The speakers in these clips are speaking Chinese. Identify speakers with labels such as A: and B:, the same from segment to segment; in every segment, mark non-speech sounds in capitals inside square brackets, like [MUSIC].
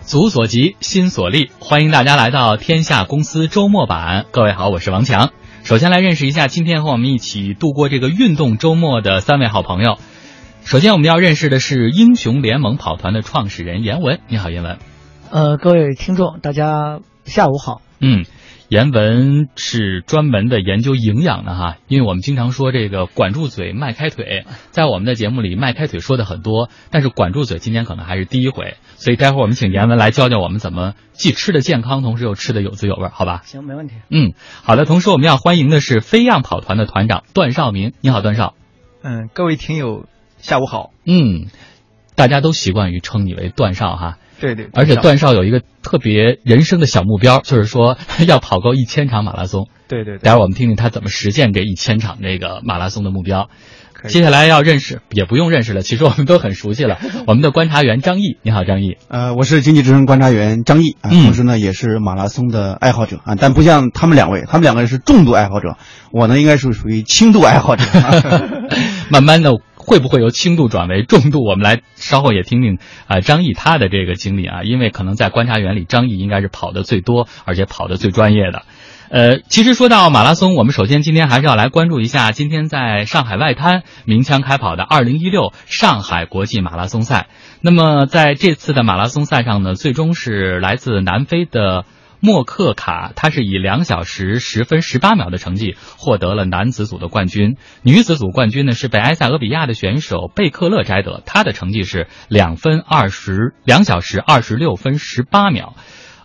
A: 足所及，心所立。欢迎大家来到天下公司周末版。各位好，我是王强。首先来认识一下今天和我们一起度过这个运动周末的三位好朋友。首先我们要认识的是英雄联盟跑团的创始人严文。你好，严文。
B: 呃，各位听众，大家下午好。
A: 嗯，严文是专门的研究营养的哈，因为我们经常说这个管住嘴，迈开腿，在我们的节目里迈开腿说的很多，但是管住嘴今天可能还是第一回，所以待会儿我们请严文来教教我们怎么既吃的健康，同时又吃的有滋有味儿，好吧？
B: 行，没问题。
A: 嗯，好的。同时我们要欢迎的是飞样跑团的团长段少明，你好，段少。
C: 嗯，各位听友，下午好。
A: 嗯，大家都习惯于称你为段少哈。
C: 对对，
A: 而且段少有一个特别人生的小目标， [LAUGHS] 就是说要跑够一千场马拉松。
C: 对对对
A: 待，会儿我们听听他怎么实现这一千场这个马拉松的目标。
C: 可以
A: 接。下来要认识，也不用认识了，其实我们都很熟悉
C: [LAUGHS]
A: 了。我们的观察员张毅，你好，张毅。
D: 呃，我是经济之声观察员张毅啊，
A: 嗯
D: 同时呢也是马拉松的爱好者啊，但不像他们两位，他们两个是重度爱好者，我呢应该是属于轻度爱好者。 [LAUGHS]
A: [LAUGHS] 慢慢的，会不会由轻度转为重度？我们来稍后也听听啊、张毅他的这个经历啊，因为可能在观察员里，张毅应该是跑的最多，而且跑的最专业的。呃，其实说到马拉松，我们首先今天还是要来关注一下今天在上海外滩鸣枪开跑的2016上海国际马拉松赛。那么在这次的马拉松赛上呢，最终是来自南非的莫克卡，他是以两小时十分十八秒的成绩获得了男子组的冠军，女子组冠军呢是被埃塞俄比亚的选手贝克勒摘得，她的成绩是两分二十两小时二十六分十八秒，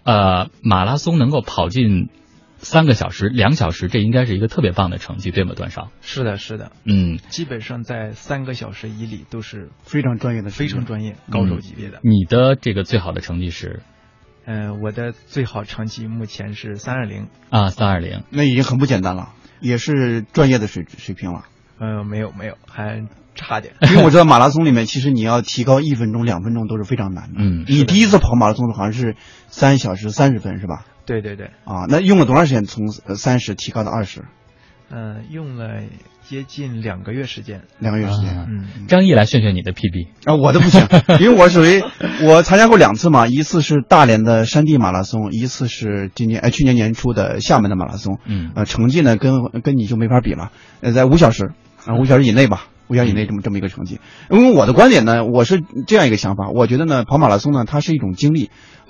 A: 呃，马拉松能够跑进。三个小时，两小时，这应该是一个特别棒的成绩，对吗，段少？
C: 是的，是的，
A: 嗯，
C: 基本上在三个小时以里都是
D: 非常专业的
C: 非常专业、
A: 嗯
C: 高手级别的。
A: 你的这个最好的成绩是
C: 嗯、我的最好成绩目前是三二零。
A: 啊，三二零。
D: 那已经很不简单了，也是专业的水水平了。
C: 嗯、没有没有，还差点。
D: 因为我知道马拉松里面，其实你要提高一分钟、两分钟都是非常难的。
A: 嗯
D: 你第一次跑马拉松好像是三小时三十分是吧？
C: [LAUGHS] 对对对，
D: 啊，那用了多长时间从三十提高到二十？
C: 嗯、用了接近两个月时间。
D: 两个月时间。
A: 啊
C: 嗯，
A: 张毅来炫炫你的 PB，
D: 啊，我的不
A: [LAUGHS]
D: 行，因为我属于我参加过两次嘛，一次是大连的山地马拉松，一次是今年呃去年年初的厦门的马拉松。
A: 嗯
D: 呃，成绩呢跟跟你就没法比了，呃，在五小时啊、五小时以内吧，五小时以内这
A: 嗯
D: 么这么一个成绩。因为我的观点呢，我是这样一个想法，我觉得呢，跑马拉松呢，它是一种经历，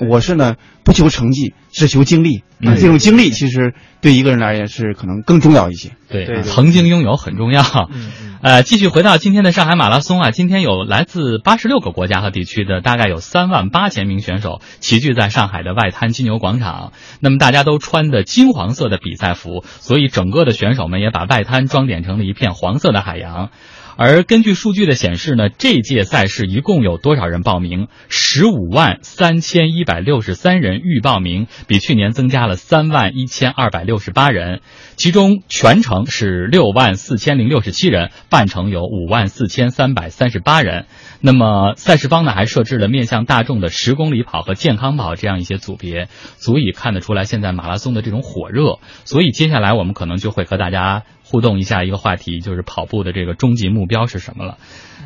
D: 我是呢不求成绩，只求经历。那、
A: 嗯
D: 这种经历其实对一个人而言是可能更重要一些。
A: 对，啊
C: 对对
A: 曾经拥有很重要。
C: 嗯嗯
A: 呃，继续回到今天的上海马拉松啊，今天有来自八十六个国家和地区的大概有三万八千名选手齐聚在上海的外滩金牛广场。那么大家都穿的金黄色的比赛服，所以整个的选手们也把外滩装点成了一片黄色的海洋。而根据数据的显示呢，这届赛事一共有多少人报名？十五万三千一百六十三人预报名，比去年增加了三万一千二百六十八人，其中全程是六万四千零六十七人，半程有五万四千三百三十八人。那么赛事方呢，还设置了面向大众的十公里跑和健康跑这样一些组别，足以看得出来现在马拉松的这种火热。所以接下来我们可能就会和大家互动一下一个话题，就是跑步的这个终极目标是什么了。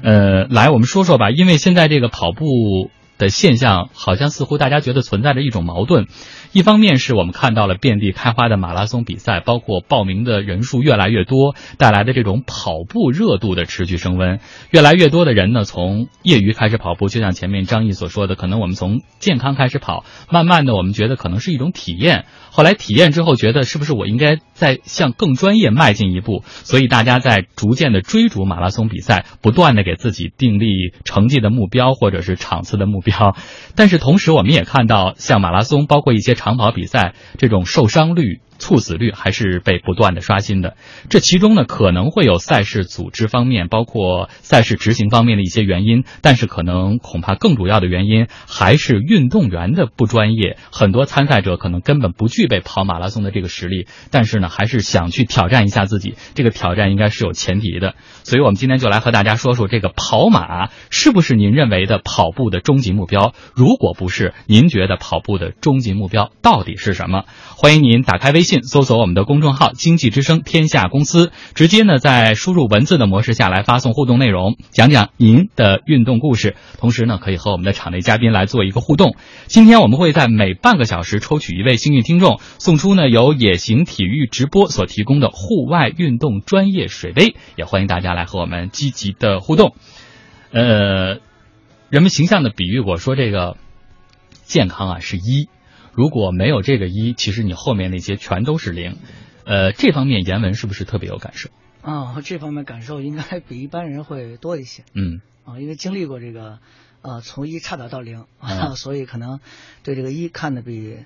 A: 呃，来我们说说吧，因为现在这个跑步。的现象好像似乎大家觉得存在着一种矛盾，一方面是我们看到了遍地开花的马拉松比赛，包括报名的人数越来越多，带来的这种跑步热度的持续升温，越来越多的人呢从业余开始跑步，就像前面张毅所说的，可能我们从健康开始跑，慢慢的我们觉得可能是一种体验，后来体验之后，觉得是不是我应该再向更专业迈进一步？所以大家在逐渐的追逐马拉松比赛，不断的给自己订立成绩的目标或者是场次的目标。但是同时，我们也看到，像马拉松，包括一些长跑比赛，这种受伤率、猝死率还是被不断的刷新的。这其中呢，可能会有赛事组织方面，包括赛事执行方面的一些原因，但是可能恐怕更主要的原因还是运动员的不专业。很多参赛者可能根本不具备跑马拉松的这个实力，但是呢，还是想去挑战一下自己。这个挑战应该是有前提的，所以我们今天就来和大家说说这个跑马是不是您认为的跑步的终极目标？如果不是，您觉得跑步的终极目标到底是什么？欢迎您打开微信。信搜索我们的公众号“经济之声天下公司”，直接呢在输入文字的模式下来发送互动内容，讲讲您的运动故事，同时呢可以和我们的场内嘉宾来做一个互动。今天我们会在每半个小时抽取一位幸运听众，送出呢由野行体育直播所提供的户外运动专业水杯，也欢迎大家来和我们积极的互动。呃，人们形象的比喻过说这个健康啊是一，如果没有这个一，其实你后面那些全都是零。呃，这方面严文是不是特别有感受？
B: 啊、这方面感受应该比一般人会多一些
A: 嗯
B: 啊、因为经历过这个呃从一差点到零啊、[LAUGHS]
A: 嗯
B: 所以可能对这个一看的比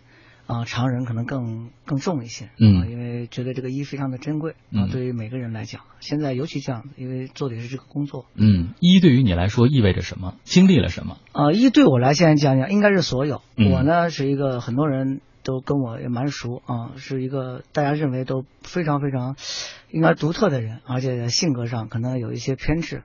B: 啊、常人可能更更重一些。啊
A: 嗯
B: 因为觉得这个一非常的珍贵啊、
A: 嗯
B: 对于每个人来讲，现在尤其这样，因为做的也是这个工作
A: 嗯，一对于你来说意味着什么？经历了什么？
B: 啊、一对我来现在讲讲，应该是所有。
A: 嗯
B: 我呢是一个很多人都跟我也蛮熟啊、是一个大家认为都非常非常应该独特的人，而且在性格上可能有一些偏执，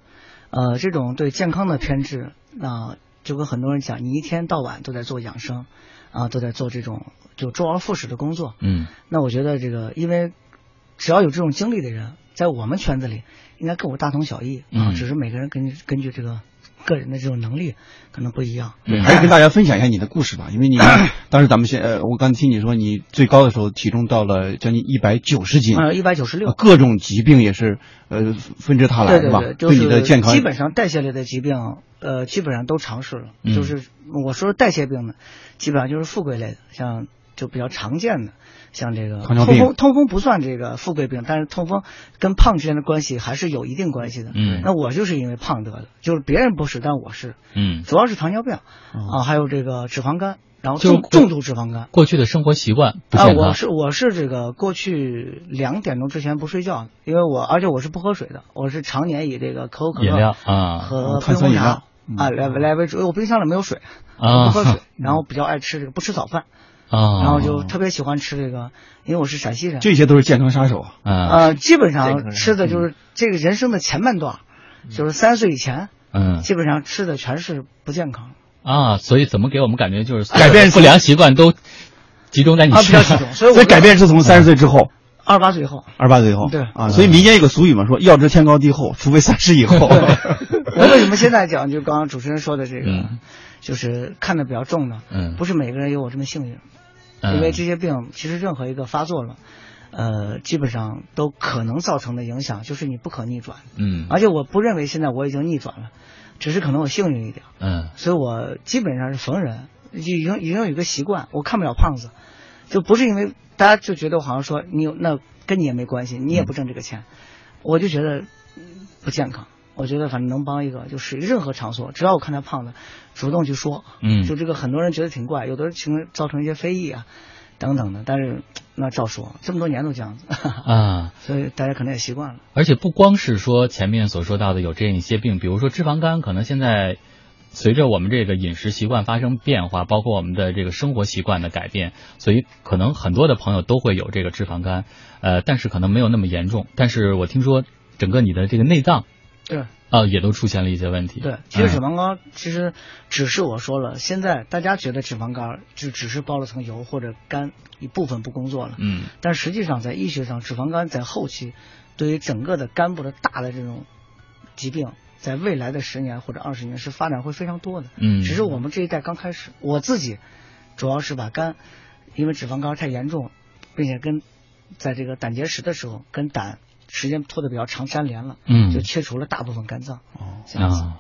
B: 呃，这种对健康的偏执，那、就跟很多人讲，你一天到晚都在做养生，啊、都在做这种就周而复始的工作，
A: 嗯
B: 那我觉得这个，因为只要有这种经历的人，在我们圈子里应该跟我大同小异啊，
A: 嗯
B: 只是每个人根据根据这个个人的这种能力可能不一样。
A: 嗯
D: 还是跟大家分享一下你的故事吧，因
B: [CLEARS THROAT]
D: 为你当时咱们先呃，我刚听你说你最高的时候体重到了将近一百九十斤，
B: 呃，一百九十六，
D: 各种疾病也是呃纷至沓来
B: 对对
D: 是吧？
B: 对，就
D: 对你的
B: 是
D: 健康
B: 基本上代谢类的疾病，呃，基本上都尝试了。
A: 嗯
B: 就是我说代谢病呢，基本上就是富贵类的，像就比较常见的，像这个
D: 糖
B: 痛
D: 尿病
B: 风，痛风不算这个富贵病，但是痛风跟胖之间的关系还是有一定关系的。
A: 嗯
B: 那我就是因为胖得的，就是别人不是，但我是。
A: 嗯，
B: 主要是糖尿病
D: 哦
B: 啊，还有这个脂肪肝，然后
A: 就
B: 重重度脂肪肝。
A: 过去的生活习惯不
B: 啊，
A: 健
B: 我
A: 康。
B: 是我是这个过去两点钟之前不睡觉的，因为我而且我是不喝水的，我是常年以这个可口可
A: 饮料
B: 乐
A: 啊
B: 和
D: 碳酸
B: 冰红
D: 饮料
B: 茶啊来来为主。我冰箱里没有水，不
A: 嗯啊
B: 喝
A: [LAUGHS]
B: 水，然后比较爱吃这个不吃早饭，
A: 啊，
B: 然后就特别喜欢吃这个，因为我是陕西人，
D: 这些都是健康杀手啊。
A: 啊
B: 呃，基本
C: 这
B: 上
C: 个
B: 吃的
A: 嗯
B: 就是这个人生的前半段儿，就是三十岁以前，
A: 嗯
B: 基本上吃的全是不健康的。
A: 啊，所以怎么给我们感觉就是
D: 改变
A: 不良习惯都集中在你
B: 啊
A: 身
B: 比较
A: 上
B: 集中所以我
D: 所以改哎变是从三十岁之后，
B: [LAUGHS] 二十八岁以后，
D: 二十八岁以后，
B: 对
A: 嗯
D: 啊，所以民间有个俗语嘛，说要知天高地厚，除非三十以后。
B: 那为什么现在讲，就刚刚主持人说的这个，
A: 嗯
B: 就是看的比较重呢？
A: 嗯
B: 不是每个人有我这么幸运，
A: 嗯
B: 因为这些病其实任何一个发作了，呃，基本上都可能造成的影响就是你不可逆转。
A: 嗯
B: 而且我不认为现在我已经逆转了，只是可能我幸运一点，
A: 嗯
B: 所以我基本上是逢人已经已经有一个习惯，我看不了胖子，就不是因为大家就觉得我好像说你有那跟你也没关系，你也
A: 嗯
B: 不挣这个钱，我就觉得嗯不健康。我觉得反正能帮一个，就是任何场所，只要我看他胖子，主动去说，
A: 嗯
B: 就这个很多人觉得挺怪，有的人情造成一些非议啊，等等的，但是那照说，这么多年都这样子，
A: 啊。
B: [LAUGHS] 所以大家可能也习惯了。
A: 而且不光是说前面所说到的有这样一些病，比如说脂肪肝，可能现在随着我们这个饮食习惯发生变化，包括我们的这个生活习惯的改变，所以可能很多的朋友都会有这个脂肪肝，呃，但是可能没有那么严重。但是我听说整个你的这个内脏
B: 对
A: 啊、也都出现了一些问题。哎
B: 对，其实脂
A: 么？
B: 肪肝其实只是我说了，现在大家觉得脂肪肝就只是包了层油或者肝一部分不工作了，
A: 嗯
B: 但实际上在医学上，脂肪肝在后期对于整个的肝部的大的这种疾病，在未来的十年或者二十年是发展会非常多的。
A: 嗯，
B: 只是我们这一代刚开始，我自己主要是把肝，因为脂肪肝太严重，并且跟在这个胆结石的时候跟胆时间拖得比较长粘连了，
A: 嗯
B: 就切除了大部分肝脏，
D: 哦
B: 这样子。
A: 啊。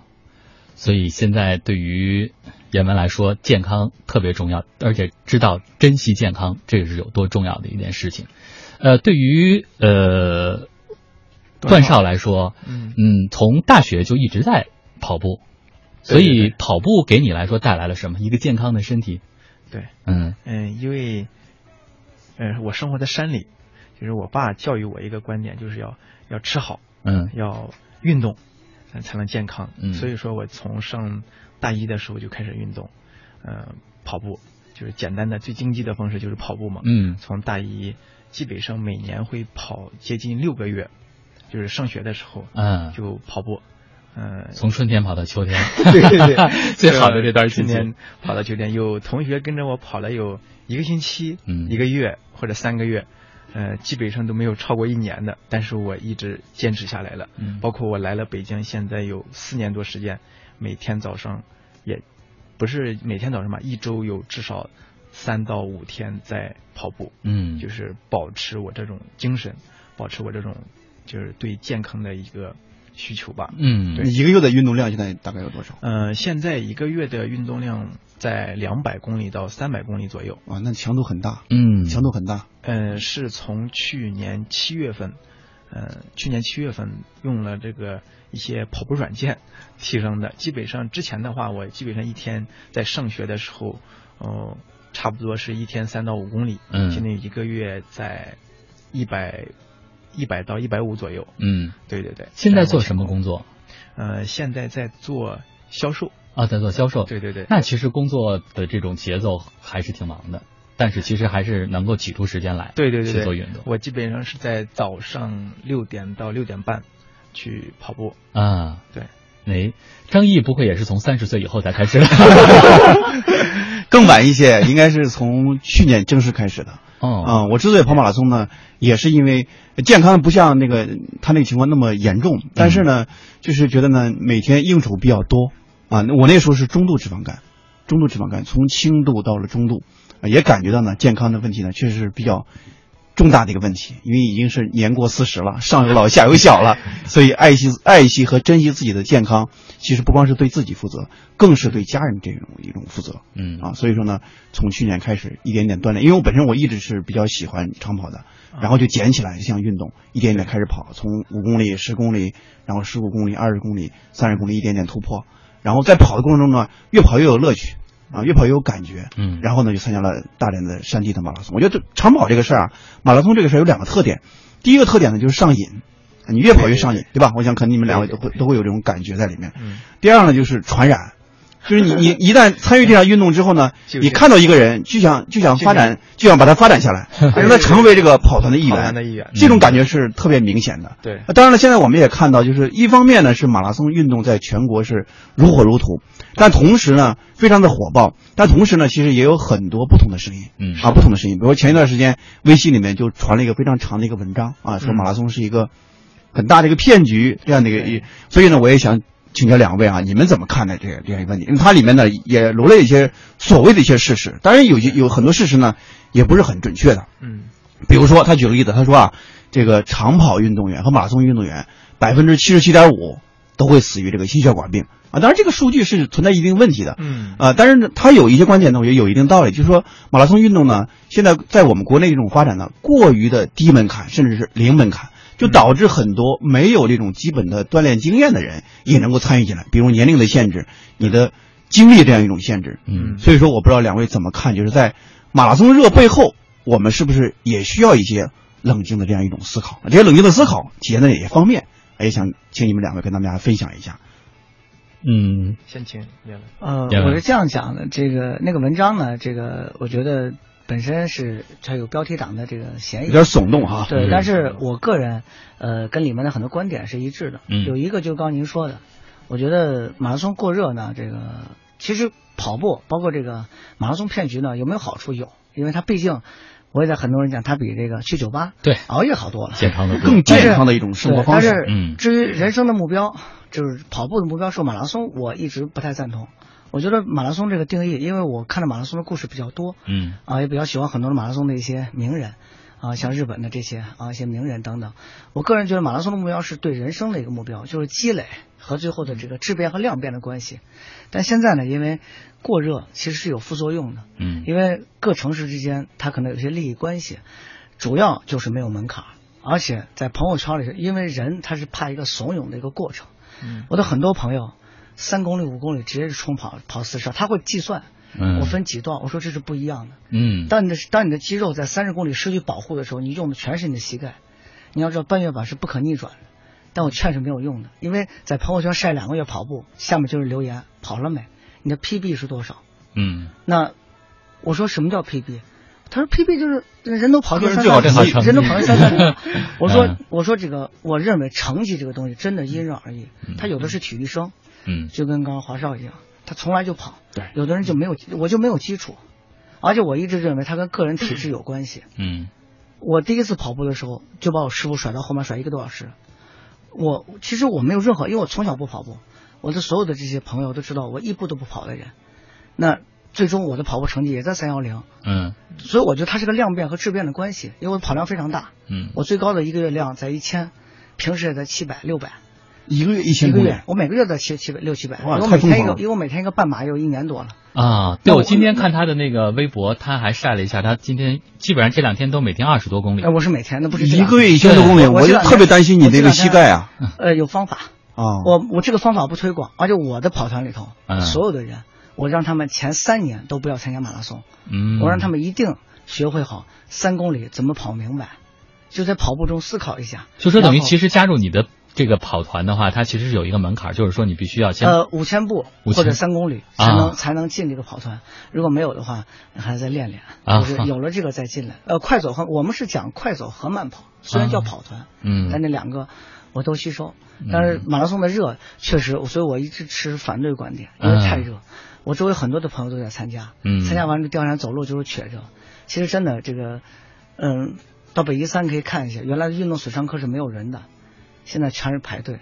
A: 所以现在对于人们来说，健康特别重要，而且知道珍惜健康，这个是有多重要的一件事情。呃，对于呃段少来说，
C: 嗯
A: 嗯，从大学就一直在跑步，所
C: 对对
A: 以
C: 对
A: 跑步给你来说带来了什么？一个健康的身体。
C: 对，
A: 嗯
C: 嗯，因为，嗯，我生活在山里，就是我爸教育我一个观点，就是要要吃好，
A: 嗯
C: 要运动，呃才能健康。
A: 嗯
C: 所以说我从上大一的时候就开始运动，呃，跑步就是简单的最经济的方式就是跑步嘛。
A: 嗯
C: 从大一基本上每年会跑接近六个月，就是上学的时候
A: 嗯，
C: 就跑步，嗯、
A: 从春天跑到秋天，，
C: [LAUGHS] 对对对
A: [LAUGHS]
C: 啊
A: 最好的这段时
C: 时
A: 间
C: 间，跑到九点，有同学跟着我跑了有一个星期、
A: 嗯
C: 一个月或者三个月，呃，基本上都没有超过一年的，但是我一直坚持下来了。
A: 嗯
C: 包括我来了北京，现在有四年多时间，每天早上也不是每天早上吧，一周有至少三到五天在跑步，
A: 嗯
C: 就是是保持我这种精神，保持我这种就是对健康的一个需求吧。
A: 嗯
D: [LAUGHS]
C: 对
D: 你一个月的运动量现在大概有多少？
C: 呃，现在一个月的运动量在两百公里到三百公里左右。
D: 哇，那强度很大，
A: 嗯
D: 强度很大。
C: 呃，是从去年七月份，呃，去年七月份用了这个一些跑步软件提升的。基本上之前的话，我基本上一天在上学的时候，哦、差不多是一天三到五公里。
A: 嗯
C: 现在一个月在一百一百到一百五左右。
A: 嗯，
C: 对对对。
A: 现在做
C: 么？
A: 什么工作
C: 呃，现在在做销售。
A: 啊？在做销售。
C: 对对对。
A: 那其实工作的这种节奏还是挺忙的，但是其实还是能够挤出时间来，
C: 对对对
A: 去
C: 对，
A: 做运动
C: 我基本上是在早上六点到六点半去跑步。
A: 啊。
C: 对，
A: 哎，张译不会也是从三十岁以后才
C: [LAUGHS]
A: 开始的？
D: 更晚一些，应该是从去年正式开始的。
A: 哦，
D: 啊、我之所以跑马拉松呢，也是因为健康不像那个他那个情况那么严重，但是呢，就是觉得呢每天应酬比较多啊。那我那时候是中度脂肪肝，中度脂肪肝从轻度到了中度，啊也感觉到呢健康的问题呢确实是比较重大的一个问题，因为已经是年过四十了，上有老下有小了，所以爱惜爱惜和珍惜自己的健康，其实不光是对自己负责，更是对家人这种一种负责。
A: 嗯
D: 啊，所以说呢，从去年开始一点点锻炼，因为我本身我一直是比较喜欢长跑的，然后就捡起来这项运动，一点点开始跑，从五公里、十公里，然后十五公里、二十公里、三十公里，一点点突破，然后在跑的过程中呢，越跑越有乐趣啊，越跑越有感觉，
A: 嗯
D: 然后呢就参加了大连的山地的马拉松。我觉得这长跑这个事儿啊，马拉松这个事儿有两个特点，第一个特点呢就是上瘾。啊你越跑越上瘾，对吧？我想可能你们两位都会都会有这种感觉在里面。
C: 嗯，
D: 第二呢，就是传染，就是 [LAUGHS] 你你一旦参与这项运动之后呢，
C: 就
D: 你看到一个人就想就想发展，就想把他发展下 [LAUGHS] 来，让他成为这个跑团的一
C: 跑团
D: 员。
C: 的一员
D: 这种感觉是特别明显的。呃
C: 对
D: 当然了，现在我们也看到，就是一方面呢是马拉松运动在全国是如火如荼，但同时呢非常的火爆，但同时呢其实也有很多不同的声音，
A: 嗯
D: 啊不同的声音，比如前一段时间微信里面就传了一个非常长的一个文章啊，说
C: 嗯
D: 马拉松是一个很大的一个骗局这样的一个，一所以呢我也想。请教两位啊，你们怎么看待这个这样一个问题？因为它里面呢也罗列一些所谓的一些事实，当然有些有很多事实呢也不是很准确的，
C: 嗯，
D: 比如说，他举个例子，他说啊，这个长跑运动员和马拉松运动员百分之七十七点五都会死于这个心血管病啊。当然，这个数据是存在一定问题的。
C: 嗯
D: 啊，但是呢它有一些观点呢，我觉得有一定道理，就是说马拉松运动呢，现在在我们国内这种发展呢，过于的低门槛，甚至是零门槛，就导致很多没有这种基本的锻炼经验的人也能够参与进来，比如年龄的限制、你的精力这样一种限制。
A: 嗯
D: 所以说，我不知道两位怎么看，就是在马拉松热背后，我们是不是也需要一些冷静的这样一种思考？这些冷静的思考体现在哪些方面？也想请你们两位跟大家分享一下。
A: 嗯
C: 先请两位。
D: 嗯
B: 呃，
A: 原来
B: 我是这样讲的，这个那个文章呢，这个我觉得本身是它有标题党的这个嫌疑，
D: 有点耸动哈、
B: 对，
A: 嗯
B: 但是我个人，呃，跟里面的很多观点是一致的。
A: 嗯
B: 有一个就刚刚您说的，我觉得马拉松过热呢，这个其实跑步包括这个马拉松骗局呢，有没有好处？有，因为它毕竟，我也在很多人讲，它比这个去酒吧
A: 对
B: 熬夜好多了。
A: 健康的
D: 更健康的一种生活方
B: 对
D: 式。
B: 但
A: 嗯
B: 是，至于人生的目标，就是跑步的目标是马拉松，我一直不太赞同。我觉得马拉松这个定义，因为我看的马拉松的故事比较多，
A: 嗯
B: 啊，也比较喜欢很多的马拉松的一些名人，啊，像日本的这些啊一些名人等等。我个人觉得马拉松的目标是对人生的一个目标，就是积累和最后的这个质变和量变的关系。但现在呢，因为过热其实是有副作用的，
A: 嗯
B: 因为各城市之间它可能有些利益关系，主要就是没有门槛，而且在朋友圈里，因为人他是怕一个怂恿的一个过程。
C: 嗯
B: 我的很多朋友三公里、五公里直接是冲跑跑四十，他会计算
A: 嗯，
B: 我分几段，我说这是不一样的。
A: 嗯
B: 当你的当你的肌肉在三十公里失去保护的时候，你用的全是你的膝盖。你要知道半月板是不可逆转的，但我劝是没有用的，因为在朋友圈晒两个月跑步，下面就是留言跑了没，你的 PB 是多少？
A: 嗯
B: 那我说什么叫 PB？他说 PB 就是人都跑进三
D: 最好
B: 三
D: 这
A: 好
B: 五
A: 成绩
B: 人都跑进三三五。我说
A: 嗯
B: 我说这个，我认为成绩这个东西真的因人而异，他有的是体育生，
A: 嗯
B: 就跟刚刚华少一样，他从来就跑。
D: 对
B: 有的人就没有，我就没有基础，而且我一直认为它跟个人体质有关系。
A: 嗯
B: 我第一次跑步的时候就把我师傅甩到后面甩一个多小时。我其实我没有任何，因为我从小不跑步，我的所有的这些朋友都知道我一步都不跑的人。那最终我的跑步成绩也在三幺零，
A: 嗯
B: 所以我觉得它是个量变和质变的关系，因为我跑量非常大，
A: 嗯
B: 我最高的一个月量在一千，平时也在七百六百。
D: 一个月一
B: 一
D: 千
B: 个
D: 公
B: 月
D: 里，，
B: 我每个月在七七百六七百，因
D: 哇
B: 为我
D: 太
B: 每
D: 疯
B: 天一
D: 狂
B: 个，
D: 了
B: 因为我每天一个半马也有一年多了。
A: 啊，对我今天看他的那个微博，他还晒了一下，他今天基本上这两天都每天二十多公里
B: 哎，。我是每天，那不是这
D: 一
B: 两
D: 个月一千多公里，我就特别担心你这个膝盖啊
B: 呃，有方法，
D: 啊！
B: 我我这个方法不推广，而且我的跑团里头，
A: 嗯
B: 所有的人，我让他们前三年都不要参加马拉松，
A: 嗯，
B: 我让他们一定学会好三公里怎么跑明白，就在跑步中思考一下。
A: 就说等于
B: 然后
A: 其实加入你的这个跑团的话，它其实是有一个门槛，就是说你必须要先
B: 呃，五千步
A: 5000
B: 或者三公里才能、
A: 啊
B: 才能进这个跑团，如果没有的话，还再练练。
A: 啊
B: 就是有了这个再进来。呃，快走和我们是讲快走和慢跑，虽然叫跑团，
A: 啊嗯
B: 但那两个我都吸收。但是马拉松的热确实，所以我一直持反对观点，因为太热。我周围很多的朋友都在参加，
A: 嗯
B: 参加完就第二天走路就是瘸着。其实真的这个，嗯，到北一三可以看一下，原来的运动损伤科是没有人的，现在全是排队，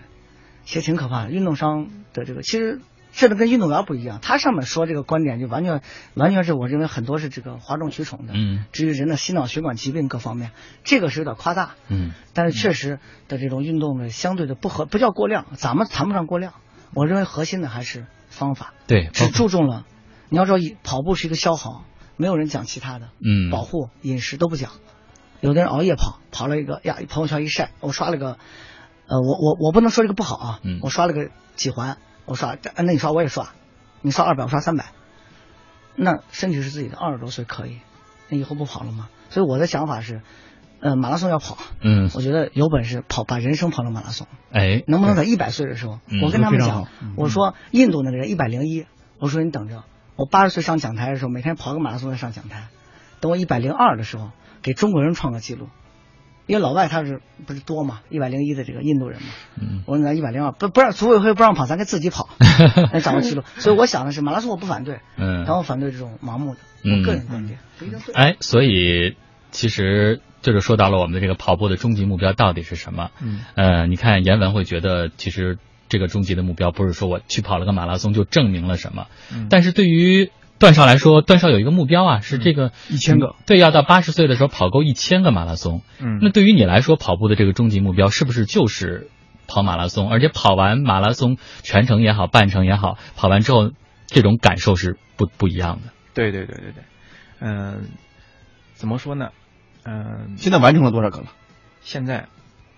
B: 其实挺可怕的。运动伤的这个，其实这个跟运动员不一样，他上面说这个观点就完全完全是我认为很多是这个哗众取宠的，
A: 嗯
B: 至于人的心脑血管疾病各方面，这个是有点夸大，
A: 嗯
B: 但是确实的这种运动的相对的不合，不叫过量，咱们谈不上过量。我认为核心的还是方法，
A: 对，
B: 只
A: 包括
B: 注重了。你要知道，跑步是一个消耗，没有人讲其他的，
A: 嗯
B: 保护、饮食都不讲。有的人熬夜跑，跑了一个呀，朋友圈一晒，我刷了个，呃，我我我不能说这个不好啊，
A: 嗯
B: 我刷了个几环，我刷，这那你刷我也刷，你刷二百，我刷三百，那身体是自己的，二十多岁可以，那以后不跑了吗？所以我的想法是，呃，马拉松要跑，
A: 嗯
B: 我觉得有本事跑，把人生跑成马拉松，
A: 哎
B: 能不能在一百岁的时候
A: 嗯，
B: 我跟他
D: 非
B: 们
D: 常
B: 讲
D: 好嗯，
B: 我说印度那个人一百零一，我说你等着，我八十岁上讲台的时候，每天跑个马拉松再上讲台，等我一百零二的时候，给中国人创个记录，因为老外他是不是多嘛，一百零一的这个印度人嘛，
A: 嗯
B: 我说咱一百零二不不让组委会不让跑，咱给自己
A: [LAUGHS]
B: 跑，来找个记录，所以我想的是马拉松我不反对，
A: 嗯
B: 但我反对这种盲目的，
A: 嗯
B: 我个人观点不一定对。
A: 哎，所以其实这就说到了我们的这个跑步的终极目标到底是什么？
C: 嗯，
A: 呃，你看严文会觉得其实这个终极的目标不是说我去跑了个马拉松就证明了什么，
C: 嗯
A: 但是对于段少来说，段少有一个目标啊，
B: 嗯
A: 是这个
D: 一千个，
A: 对，要到八十岁的时候跑够一千个马拉松。
C: 嗯
A: 那对于你来说，跑步的这个终极目标是不是就是跑马拉松？而且跑完马拉松全程也好，半程也好，跑完之后这种感受是不不一样的。
C: 对对对对对，嗯、怎么说呢？嗯、
D: 现在完成了多少个了？
C: 现在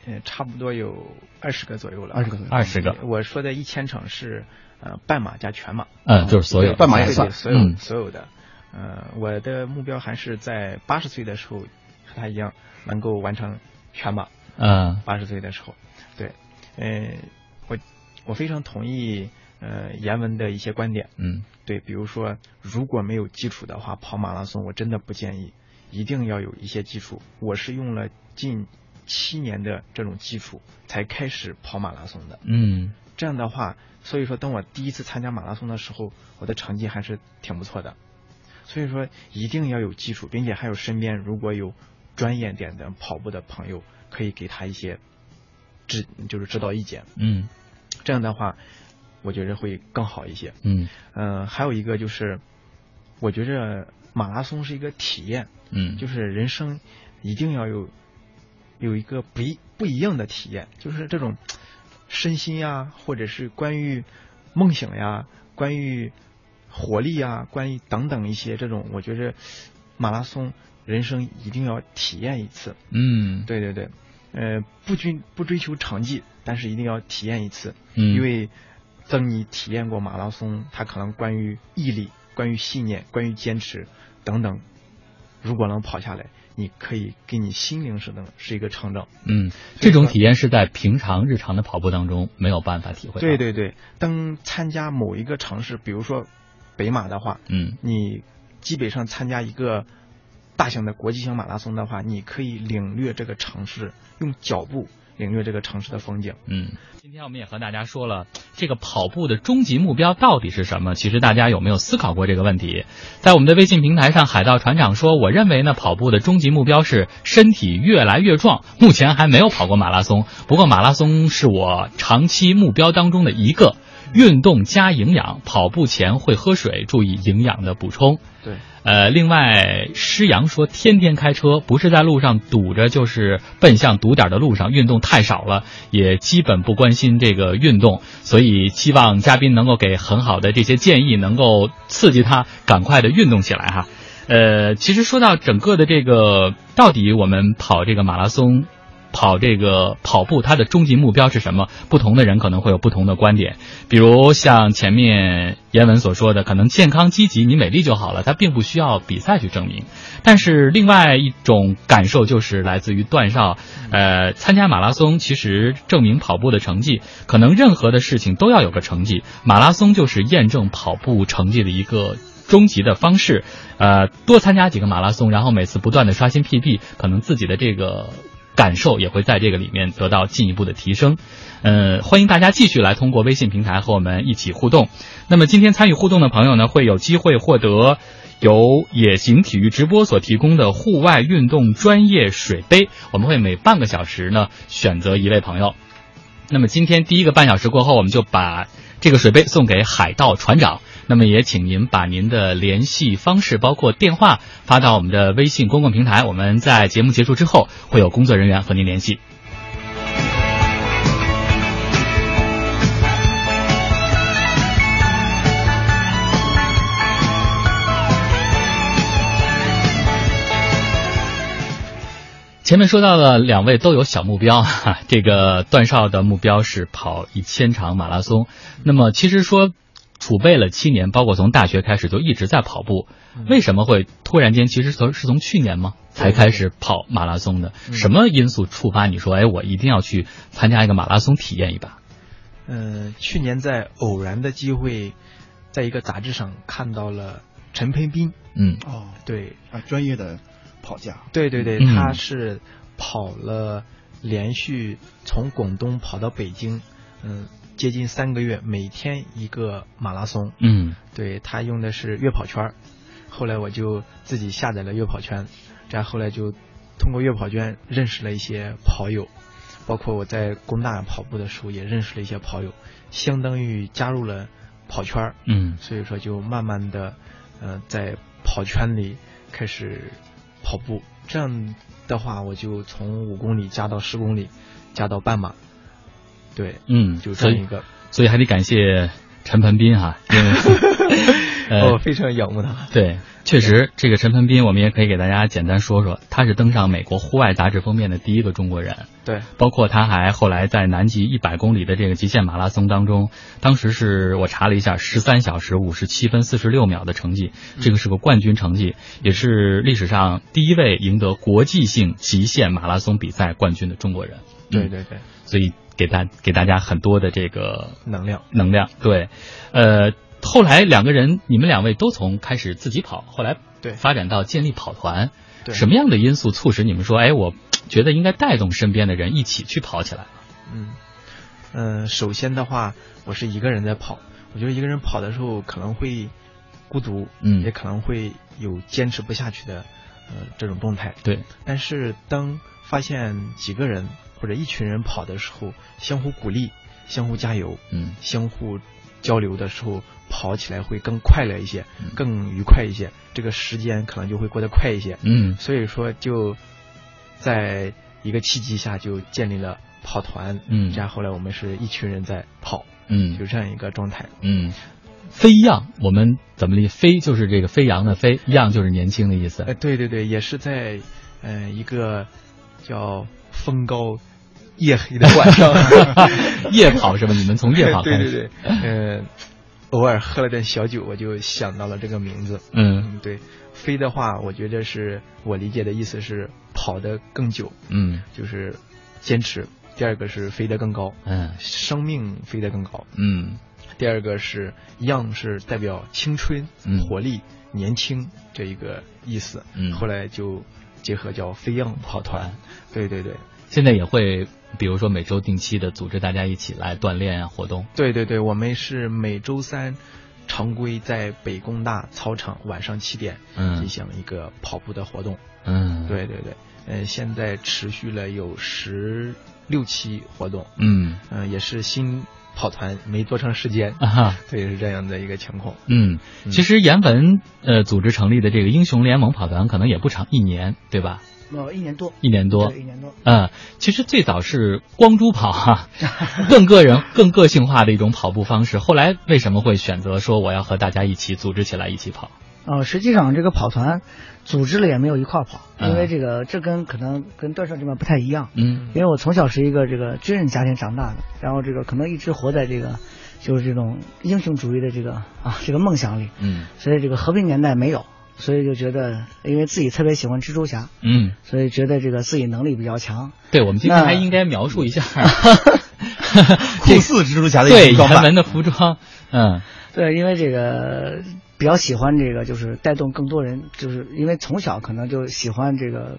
C: 呃差不多有二十个左右了，
D: 20个左右
A: 二十个，
C: 我说的一千场是呃半马加全马，
A: 嗯，就是所有
D: 对半马也
C: 对对
D: 算
C: 所有、
A: 嗯
C: 所有的。呃，我的目标还是在八十岁的时候和他一样能够完成全马。
A: 嗯
C: 八十岁的时候，对，呃，我我非常同意呃严文的一些观点，
A: 嗯
C: 对，比如说如果没有基础的话，跑马拉松我真的不建议，一定要有一些基础。我是用了近七年的这种基础才开始跑马拉松的，
A: 嗯
C: 这样的话，所以说当我第一次参加马拉松的时候，我的成绩还是挺不错的。所以说一定要有基础，并且还有身边如果有专业点的跑步的朋友，可以给他一些指就是指导意见。
A: 嗯
C: 这样的话，我觉着会更好一些。
A: 嗯
C: 嗯、还有一个就是，我觉着马拉松是一个体验，
A: 嗯，
C: 就是人生一定要有有一个不一不一样的体验，就是这种身心呀，或者是关于梦想呀，关于活力呀，关于等等一些这种，我觉着马拉松人生一定要体验一次。
A: 嗯
C: 对对对，呃，不追不追求成绩，但是一定要体验一次，
A: 嗯
C: 因为当你体验过马拉松，它可能关于毅力、关于信念、关于坚持等等，如果能跑下来，你可以给你心灵上的是一个成长。
A: 嗯，这种体验是在平常日常的跑步当中没有办法体会。啊
C: 对，对对，当参加某一个城市，比如说北马的话，
A: 嗯
C: 你基本上参加一个大型的国际性马拉松的话，你可以领略这个城市，用脚步、领略这个城市的风景。
A: 嗯，今天我们也和大家说了这个跑步的终极目标到底是什么。其实大家有没有思考过这个问题？在我们的微信平台上，海盗船长说：“我认为呢，跑步的终极目标是身体越来越壮。目前还没有跑过马拉松，不过马拉松是我长期目标当中的一个。运动加营养，跑步前会喝水，注意营养的补充。”
C: 对，
A: 呃，另外，施阳说，天天开车，不是在路上堵着，就是奔向堵点的路上，运动太少了，也基本不关心这个运动，所以期望嘉宾能够给很好的这些建议，能够刺激他赶快的运动起来哈。呃，其实说到整个的这个，到底我们跑这个马拉松。跑这个跑步，它的终极目标是什么？不同的人可能会有不同的观点。比如像前面严文所说的，可能健康积极，你美丽就好了，它并不需要比赛去证明。但是另外一种感受就是来自于段少，呃，参加马拉松其实证明跑步的成绩，可能任何的事情都要有个成绩，马拉松就是验证跑步成绩的一个。终极的方式，呃，多参加几个马拉松，然后每次不断的刷新 PB，可能自己的这个感受也会在这个里面得到进一步的提升。呃，欢迎大家继续来通过微信平台和我们一起互动。那么今天参与互动的朋友呢，会有机会获得由野行体育直播所提供的户外运动专业水杯。我们会每半个小时呢选择一位朋友。那么今天第一个半小时过后，我们就把这个水杯送给海盗船长。那么也请您把您的联系方式，包括电话，发到我们的微信公共平台。我们在节目结束之后，会有工作人员和您联系。前面说到了，两位都有小目标，哈， [LAUGHS] 这个段少的目标是跑一千场马拉松。那么其实说储备了七年，包括从大学开始就一直在跑步，为什么会突然间？其实从是从去年吗才开始跑马拉松的？什么因素触发你说，哎，我一定要去参加一个马拉松体验一把？
C: 嗯，去年在偶然的机会，在一个杂志上看到了陈培斌，
A: 嗯
D: 哦，
C: 对
D: 啊，专业的跑家，
C: 对对对，
A: 嗯
C: 他是跑了连续从广东跑到北京，嗯，接近三个月，每天一个马拉松，
A: 嗯
C: 对他用的是月跑圈儿，后来我就自己下载了月跑圈，这样后来就通过月跑圈认识了一些跑友，包括我在工大跑步的时候也认识了一些跑友，相当于加入了跑圈儿，
A: 嗯
C: 所以说就慢慢的，呃，在跑圈里开始跑步，这样的话我就从五公里加到十公里，加到半马，对，
A: 嗯，
C: 就这
A: 所
C: 样一
A: 以
C: 个，
A: 所以还得感谢陈鹏斌哈、因为
C: [LAUGHS]
A: 呃
C: 哦我非常仰慕他，
A: 对，确实，这个陈鹏斌，我们也可以给大家简单说说，他是登上美国户外杂志封面的第一个中国人，
C: 对。
A: 包括他还后来在南极一百公里的这个极限马拉松当中，当时是我查了一下，十三小时五十七分四十六秒的成绩，
C: 嗯
A: 这个是个冠军成绩，也是历史上第一位赢得国际性极限马拉松比赛冠军的中国人。
C: 对
A: 嗯，
C: 对对，
A: 所以给大给大家很多的这个
C: 能量。
A: 能量。对，呃，后来两个人，你们两位都从开始自己跑，后来
C: 对
A: 发展到建立跑团，
C: 对
A: 什么样的因素促使你们说，哎，我觉得应该带动身边的人一起去跑起来？
C: 嗯，嗯、首先的话，我是一个人在跑，我觉得一个人跑的时候可能会孤独，
A: 嗯
C: 也可能会有坚持不下去的呃这种状态。
A: 对，
C: 但是当发现几个人或者一群人跑的时候，相互鼓励、相互加油、
A: 嗯
C: 相互交流的时候，跑起来会更快乐一些，
A: 嗯
C: 更愉快一些，这个时间可能就会过得快一些。
A: 嗯
C: 所以说就在一个契机下就建立了跑团，
A: 嗯
C: 这样后来我们是一群人在跑，
A: 嗯
C: 就这样一个状态。
A: 嗯，飞样，我们怎么理？飞就是这个飞扬的飞，样就是年轻的意
C: 呃，
A: 思。
C: 对对对，也是在呃一个叫风高夜黑的晚上，
A: [LAUGHS]
C: [LAUGHS]
A: 夜跑是吧？你们从夜跑开
C: 对
A: 始。
C: 对对，嗯、偶尔喝了点小酒，我就想到了这个名字。
A: 嗯
C: 嗯，对，飞的话，我觉得是我理解的意思是跑得更久，
A: 嗯
C: 就是坚持；第二个是飞得更高，
A: 嗯
C: 生命飞得更高。
A: 嗯
C: 第二个是 young 是代表青春、
A: 嗯
C: 活力、年轻这一个意思。
A: 嗯
C: 后来就结合叫飞样跑团。对对对，
A: 现在也会，比如说每周定期的组织大家一起来锻炼啊活动。
C: 对对对，我们是每周三常规在北工大操场晚上七点
A: 嗯
C: 进行一个跑步的活动。
A: 嗯，，
C: 对对对，呃，现在持续了有十六期活动，
A: 嗯
C: 嗯、也是新跑团没多长时间，
A: 啊哈。
C: 对，是这样的一个情况。
A: 嗯，
C: 嗯
A: 其实严文呃组织成立的这个英雄联盟跑团可能也不长，一年对吧？
B: 呃，一年多，
A: 一年多
B: 对，，一年多。
A: 嗯，其实最早是光珠跑 [LAUGHS] 哈、更个人、更个性化的一种跑步方式。后来为什么会选择说我要和大家一起组织起来一起跑？
B: 呃，实际上这个跑团组织了也没有一块儿跑，
A: 嗯
B: 因为这个这跟可能跟段少这边不太一样，
A: 嗯
B: 因为我从小是一个这个军人家庭长大的，然后这个可能一直活在这个就是这种英雄主义的这个啊这个梦想里，
A: 嗯
B: 所以这个和平年代没有，所以就觉得因为自己特别喜欢蜘蛛侠，
A: 嗯，
B: 所以觉得这个自己能力比较强，
A: 对，我们今天
B: 那
A: 还应该描述一
B: [LAUGHS]
A: 下
D: 酷似蜘蛛侠的
A: 对
D: 一种装
A: 严
D: 扮，
A: 文的服装。嗯
B: 对，因为这个比较喜欢这个，就是带动更多人，就是因为从小可能就喜欢这个，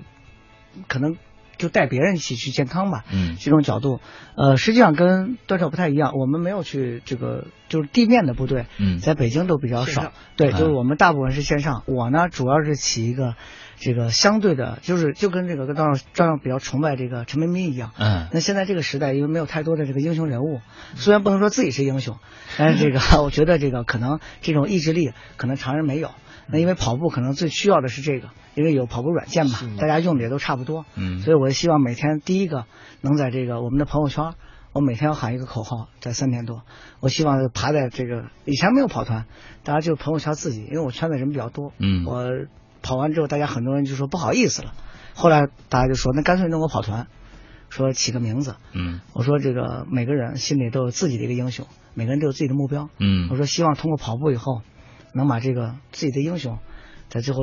B: 可能就带别人一起去健康吧，
A: 嗯
B: 这种角度。呃，实际上跟段少不太一样，我们没有去这个就是地面的部队，
A: 嗯
B: 在北京都比较
C: 线上
B: 少。对，就是
A: 嗯
B: 我们大部分是线上。我呢，主要是起一个这个相对的，就是就跟这个跟段少段少比较崇拜这个陈明明一样。
A: 嗯
B: 那现在这个时代，因为没有太多的这个英雄人物，虽然不能说自己是英雄，但是这
A: [LAUGHS]
B: 个我觉得这个可能这种意志力可能常人没有。那因为跑步可能最需要的是这个，因为有跑步软件嘛，大家用的也都差不多。
A: 嗯
B: 所以我希望每天第一个能在这个我们的朋友圈，我每天要喊一个口号，在三点多，我希望爬在这个以前没有跑团，大家就朋友圈自己，因为我圈子人比较多，
A: 嗯
B: 我跑完之后，大家很多人就说不好意思了，后来大家就说那干脆弄个跑团，说起个名字，
A: 嗯
B: 我说这个每个人心里都有自己的一个英雄，每个人都有自己的目标，我
A: 嗯
B: 说希望通过跑步以后，能把这个自己的英雄，在最后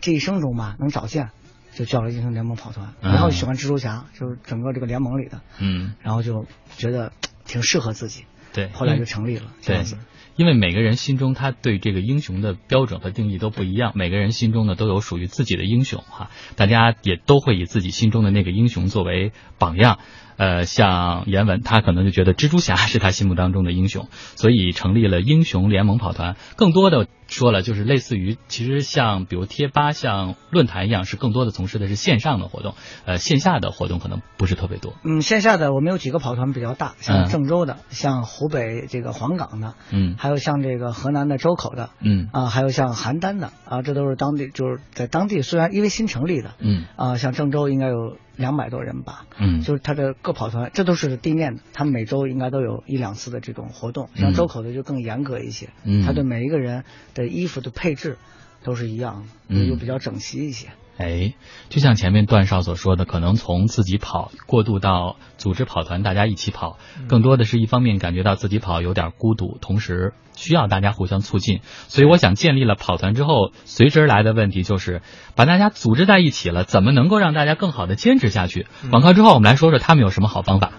B: 这一生中吧能找见，就叫了英雄联盟跑团。
A: 嗯
B: 然后喜欢蜘蛛侠，就是整个这个联盟里的，
A: 嗯，
B: 然后就觉得挺适合自己，
A: 对。嗯
B: 后来就成立了。这
A: 对
B: 样子，
A: 因为每个人心中他对这个英雄的标准和定义都不一样，每个人心中呢都有属于自己的英雄哈，大家也都会以自己心中的那个英雄作为榜样。呃，像严文，他可能就觉得蜘蛛侠是他心目当中的英雄，所以成立了英雄联盟跑团。更多的说了，就是类似于，其实像比如贴吧、像论坛一样，是更多的从事的是线上的活动，呃，线下的活动可能不是特别多。
B: 嗯，线下的我们有几个跑团比较大，
A: 嗯
B: 像郑州的，像湖北这个黄冈的，
A: 嗯
B: 还有像这个河南的周口的，
A: 嗯
B: 啊，还有像邯郸的，啊，这都是当地就是在当地虽然因为新成立的，
A: 嗯
B: 啊，像郑州应该有两百多人吧，
A: 嗯，
B: 就是它的各跑团，这都是地面的，他们每周应该都有一两次的这种活动。像
A: 嗯
B: 周口的就更严格一些，
A: 嗯
B: 他对每一个人的衣服的配置都是一样的，
A: 嗯
B: 就比较整齐一些。
A: 哎，就像前面段少所说的，可能从自己跑过渡到组织跑团，大家一起跑，更多的是一方面感觉到自己跑有点孤独，同时需要大家互相促进。所以我想，建立了跑团之后，随之而来的问题就是把大家组织在一起了，怎么能够让大家更好的坚持下去？广告之后，我们来说说他们有什么好方法。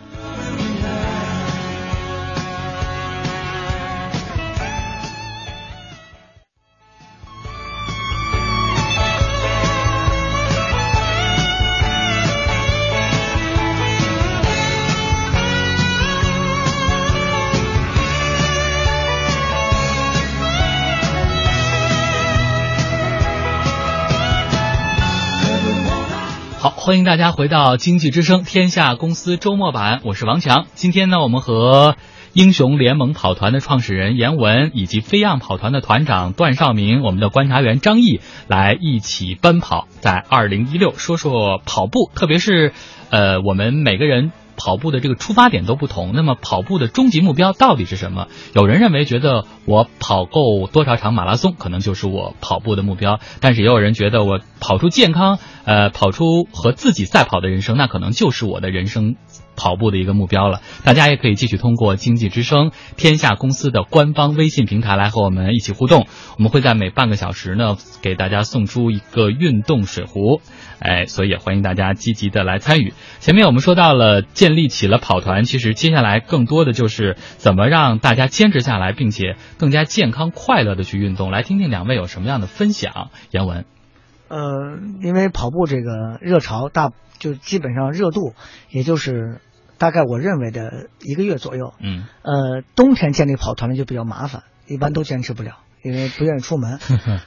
A: 好，欢迎大家回到《经济之声·天下公司周末版》，我是王强。今天呢，我们和英雄联盟跑团的创始人严文，以及飞样跑团的团长段少明，我们的观察员张毅来一起奔跑，在二零一六说说跑步，特别是呃，我们每个人。跑步的这个出发点都不同，那么跑步的终极目标到底是什么？有人认为觉得我跑够多少场马拉松，可能就是我跑步的目标；但是也有人觉得我跑出健康，呃，跑出和自己赛跑的人生，那可能就是我的人生跑步的一个目标了。大家也可以继续通过经济之声天下公司的官方微信平台来和我们一起互动。我们会在每半个小时呢，给大家送出一个运动水壶。哎，所以也欢迎大家积极的来参与。前面我们说到了建立起了跑团，其实接下来更多的就是怎么让大家坚持下来，并且更加健康快乐的去运动。来听听两位有什么样的分享，严文。
B: 呃，因为跑步这个热潮大，就基本上热度也就是大概我认为的一个月左右。
A: 嗯，
B: 呃，冬天建立跑团呢就比较麻烦，一般都坚持不了，因为不愿意出
D: [LAUGHS]
B: 门。